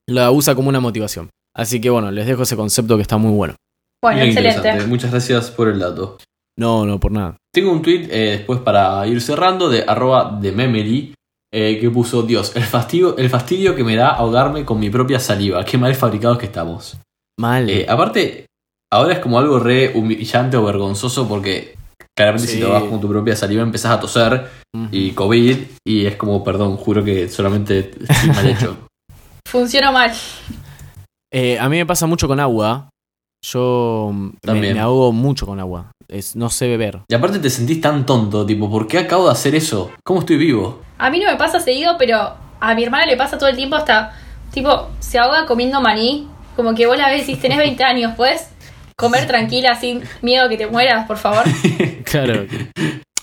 Speaker 5: La usa como una motivación. Así que bueno, les dejo ese concepto que está muy bueno.
Speaker 3: bueno,
Speaker 6: Muy
Speaker 3: excelente.
Speaker 6: interesante. Muchas gracias por el dato.
Speaker 5: No, no, por nada.
Speaker 4: Tengo un tweet eh, después para ir cerrando de arroba de memery eh, que puso Dios, el fastidio, el fastidio que me da ahogarme con mi propia saliva. Qué mal fabricados que estamos.
Speaker 5: Mal.
Speaker 4: Eh, aparte, ahora es como algo re humillante o vergonzoso porque claramente
Speaker 5: Sí.
Speaker 4: si te vas con tu propia saliva empezás a toser
Speaker 5: Ujú.
Speaker 4: y COVID y es como, perdón, juro que solamente estoy mal hecho.
Speaker 3: Funciona mal.
Speaker 5: Eh, a mí me pasa mucho con agua. Yo me-
Speaker 4: También.
Speaker 5: me ahogo mucho con agua. Es, no sé beber.
Speaker 4: Y aparte te sentís tan tonto, tipo, ¿por qué acabo de hacer eso? ¿Cómo estoy vivo?
Speaker 3: A mí no me pasa seguido, pero a mi hermana le pasa todo el tiempo hasta, tipo, se ahoga comiendo maní. Como que vos la ves y decís, tenés 20 años, pues. Comer tranquila, sin miedo a que te mueras, por favor.
Speaker 5: Claro.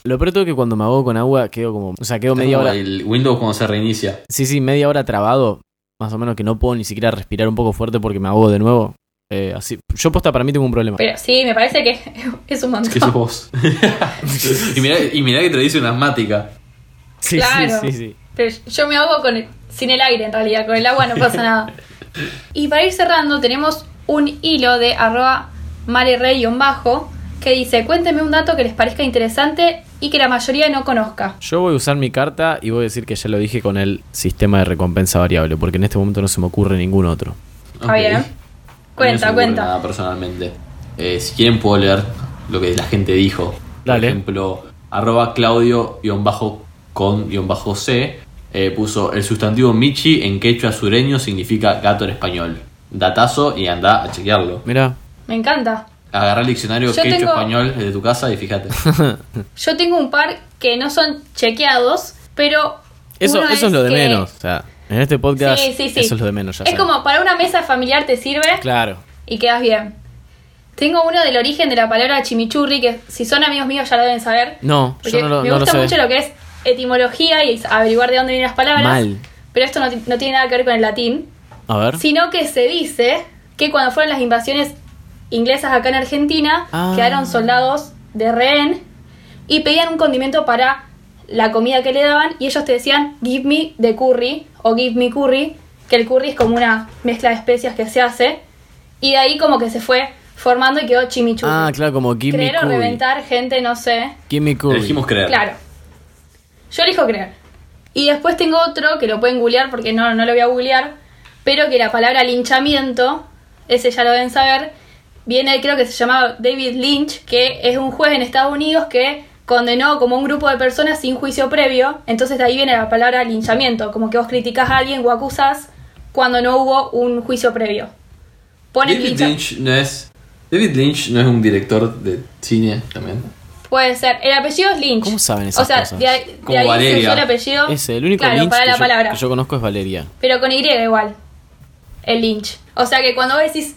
Speaker 5: Lo peor de todo es que cuando me ahogo con agua quedo como. O sea, quedo media
Speaker 4: Como
Speaker 5: hora.
Speaker 4: El Windows cuando se reinicia.
Speaker 5: Sí, sí, media hora trabado. Más o menos que no puedo ni siquiera respirar un poco fuerte porque me ahogo de nuevo. Eh, así, yo posta para mí tengo un problema.
Speaker 3: Pero sí, me parece que es un montón.
Speaker 4: Que sos vos. y, mirá, y mirá que te lo dice una asmática.
Speaker 5: Sí,
Speaker 3: claro.
Speaker 5: sí, sí, sí.
Speaker 3: Pero yo me ahogo con el- sin el aire en realidad, con el agua no pasa nada. Y para ir cerrando, tenemos un hilo de arroba bajo que dice, cuéntenme un dato que les parezca interesante y que la mayoría no conozca.
Speaker 5: Yo voy a usar mi carta y voy a decir que ya lo dije con el sistema de recompensa variable, porque en este momento no se me ocurre ningún otro.
Speaker 3: Está bien.
Speaker 4: Ok. A mí no se
Speaker 3: Cuenta,
Speaker 4: me ocurre
Speaker 3: cuenta.
Speaker 4: Nada personalmente. Eh, si quieren puedo leer lo que la gente dijo.
Speaker 5: Dale.
Speaker 4: Por ejemplo, arroba claudio-con-c eh, puso el sustantivo michi en quechua sureño significa gato en español. Datazo y anda a chequearlo.
Speaker 5: Mira,
Speaker 3: Me encanta.
Speaker 4: Agarra el diccionario
Speaker 3: Yo
Speaker 4: quechua
Speaker 3: tengo-
Speaker 4: español de tu casa y fíjate.
Speaker 3: Yo tengo un par que no son chequeados, pero...
Speaker 5: eso,
Speaker 3: uno
Speaker 5: eso es, lo de
Speaker 3: que-
Speaker 5: menos. O sea, en este podcast,
Speaker 3: Sí, sí, sí.
Speaker 5: eso es lo de menos. Ya
Speaker 3: Es
Speaker 5: sé.
Speaker 3: como para una mesa familiar te sirve.
Speaker 5: Claro.
Speaker 3: y quedas bien. Tengo uno del origen de la palabra chimichurri, que si son amigos míos ya lo deben saber.
Speaker 5: No,
Speaker 3: Porque
Speaker 5: yo no lo,
Speaker 3: me
Speaker 5: no lo
Speaker 3: gusta
Speaker 5: sé.
Speaker 3: mucho lo que es etimología y averiguar de dónde vienen las palabras.
Speaker 5: Mal.
Speaker 3: Pero esto no, ti- no tiene nada que ver con el latín.
Speaker 5: A ver.
Speaker 3: Sino que se dice que cuando fueron las invasiones inglesas acá en Argentina,
Speaker 5: Ah.
Speaker 3: quedaron soldados de rehén y pedían un condimento para la comida que le daban y ellos te decían give me the curry o give me curry, que el curry es como una mezcla de especias que se hace y de ahí como que se fue formando y quedó chimichurri.
Speaker 5: Ah, claro, como Give Me
Speaker 3: Creer o
Speaker 5: Curry.
Speaker 3: reventar gente, no sé.
Speaker 5: Give Me Curry.
Speaker 4: Elegimos creer.
Speaker 3: Claro. Yo elijo creer. Y después tengo otro que lo pueden googlear porque no, no lo voy a googlear, pero que la palabra linchamiento, ese ya lo deben saber, viene, creo que se llamaba David Lynch, que es un juez en Estados Unidos que condenó como un grupo de personas sin juicio previo, entonces de ahí viene la palabra linchamiento, como que vos criticás a alguien o acusás cuando no hubo un juicio previo. Ponen
Speaker 4: David
Speaker 3: lincha.
Speaker 4: Lynch no es. David Lynch no es un director de cine también.
Speaker 3: Puede ser. El apellido es Lynch.
Speaker 5: ¿Cómo saben esas
Speaker 3: O sea,
Speaker 5: cosas?
Speaker 3: de ahí, de
Speaker 4: Como
Speaker 3: ahí se
Speaker 4: Valeria.
Speaker 3: usó el apellido.
Speaker 5: Ese, el único
Speaker 3: claro,
Speaker 5: Lynch
Speaker 3: para
Speaker 5: que
Speaker 3: la
Speaker 5: yo-
Speaker 3: palabra.
Speaker 5: que yo conozco es Valeria.
Speaker 3: Pero con Y igual. El lynch. O sea que cuando vos decís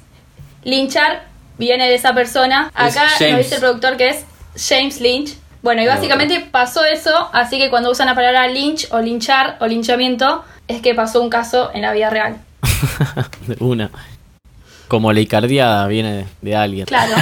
Speaker 3: linchar, viene de esa persona.
Speaker 4: Es
Speaker 3: Acá
Speaker 4: James.
Speaker 3: nos dice el productor que es James Lynch. Bueno, y básicamente pasó eso, así que cuando usan la palabra lynch o linchar o linchamiento, es que pasó un caso en la vida real.
Speaker 5: De una. Como la icardiada viene de, de alguien.
Speaker 3: Claro.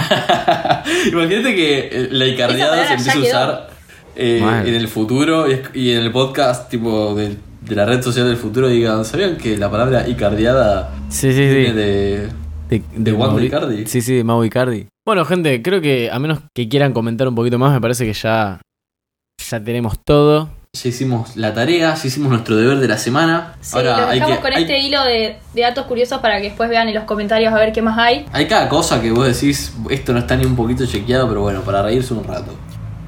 Speaker 4: Imagínate que eh, la icardiada
Speaker 3: Esa
Speaker 4: se
Speaker 3: palabra
Speaker 4: empieza a
Speaker 3: ya quedó.
Speaker 4: usar eh,
Speaker 5: Mal.
Speaker 4: en el futuro y, es- y en el podcast tipo de, de la red social del futuro digan, ¿sabían que la palabra icardiada
Speaker 5: Sí, sí,
Speaker 4: viene
Speaker 5: sí.
Speaker 4: de...
Speaker 5: De,
Speaker 4: de Wanda
Speaker 5: Mauri-
Speaker 4: Icardi.
Speaker 5: Sí, sí, de Mau Icardi. Bueno, gente, creo que a menos que quieran comentar un poquito más, me parece que ya, ya tenemos todo.
Speaker 4: Ya hicimos la tarea, ya hicimos nuestro deber de la semana.
Speaker 3: Sí, lo dejamos con
Speaker 4: hay-
Speaker 3: este hilo de, de datos curiosos para que después vean en los comentarios a ver qué más hay.
Speaker 4: hay cada cosa que vos decís, esto no está ni un poquito chequeado, pero bueno, para reírse un rato.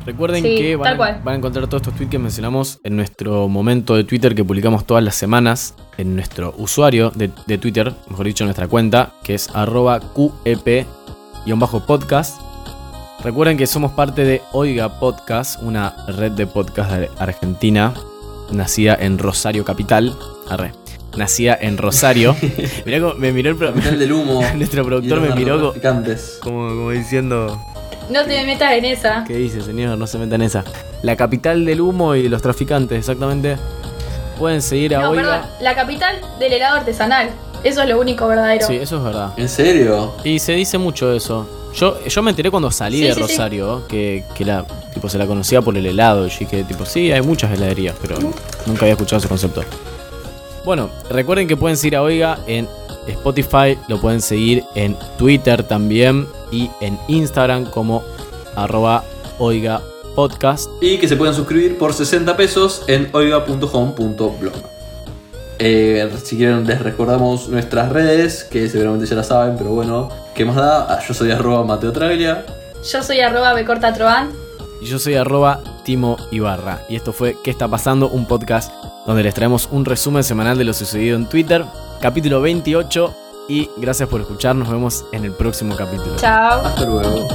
Speaker 5: Recuerden
Speaker 3: Sí,
Speaker 5: que
Speaker 3: tal
Speaker 5: van a,
Speaker 3: cual.
Speaker 5: van a encontrar todos estos tweets que mencionamos en nuestro momento de Twitter que publicamos todas las semanas en nuestro usuario de, de Twitter, mejor dicho, en nuestra cuenta, que es arroba E QEP-podcast. Recuerden que somos parte de Oiga Podcast, una red de podcast de Argentina, nacida en Rosario Capital. Arre, nacida en Rosario. Mirá cómo me miró el pro-
Speaker 6: Capital del humo.
Speaker 5: Nuestro
Speaker 6: y los
Speaker 5: productor me miró co-
Speaker 6: narcotraficantes.
Speaker 5: como, como diciendo.
Speaker 3: No te metas en esa.
Speaker 5: ¿Qué dice, señor? No se metan en esa. La capital del humo y de los traficantes, exactamente. Pueden seguir a
Speaker 3: No,
Speaker 5: Oiga.
Speaker 3: perdón. La capital del helado artesanal. Eso es lo único verdadero.
Speaker 5: Sí, eso es verdad.
Speaker 6: ¿En serio?
Speaker 5: Y se dice mucho eso. Yo, yo me enteré cuando salí
Speaker 3: Sí,
Speaker 5: de
Speaker 3: sí, sí.
Speaker 5: Rosario que, que la, tipo, se la conocía por el helado. Y yo dije, tipo, sí, hay muchas heladerías, pero
Speaker 3: Mm.
Speaker 5: nunca había escuchado ese concepto. Bueno, recuerden que pueden seguir a Oiga en Spotify, lo pueden seguir en Twitter también y en Instagram como arroba Oiga Podcast.
Speaker 6: Y que se pueden suscribir por 60 pesos en oiga.home.blog. Eh, si quieren les recordamos nuestras redes, que seguramente ya las saben, pero bueno, ¿qué más da? Ah, Yo soy arroba Mateo Traglia.
Speaker 3: Yo soy arroba becorta troan.
Speaker 5: Y yo soy arroba Timo Ibarra. Y esto fue ¿Qué está pasando? Un podcast donde les traemos un resumen semanal de lo sucedido en Twitter, capítulo 28. Y gracias por escuchar, nos vemos en el próximo capítulo.
Speaker 3: Chao.
Speaker 6: Hasta luego.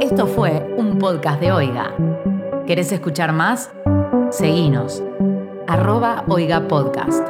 Speaker 1: Esto fue un podcast de Oiga. ¿Querés escuchar más? Seguinos. Arroba Oiga Podcast.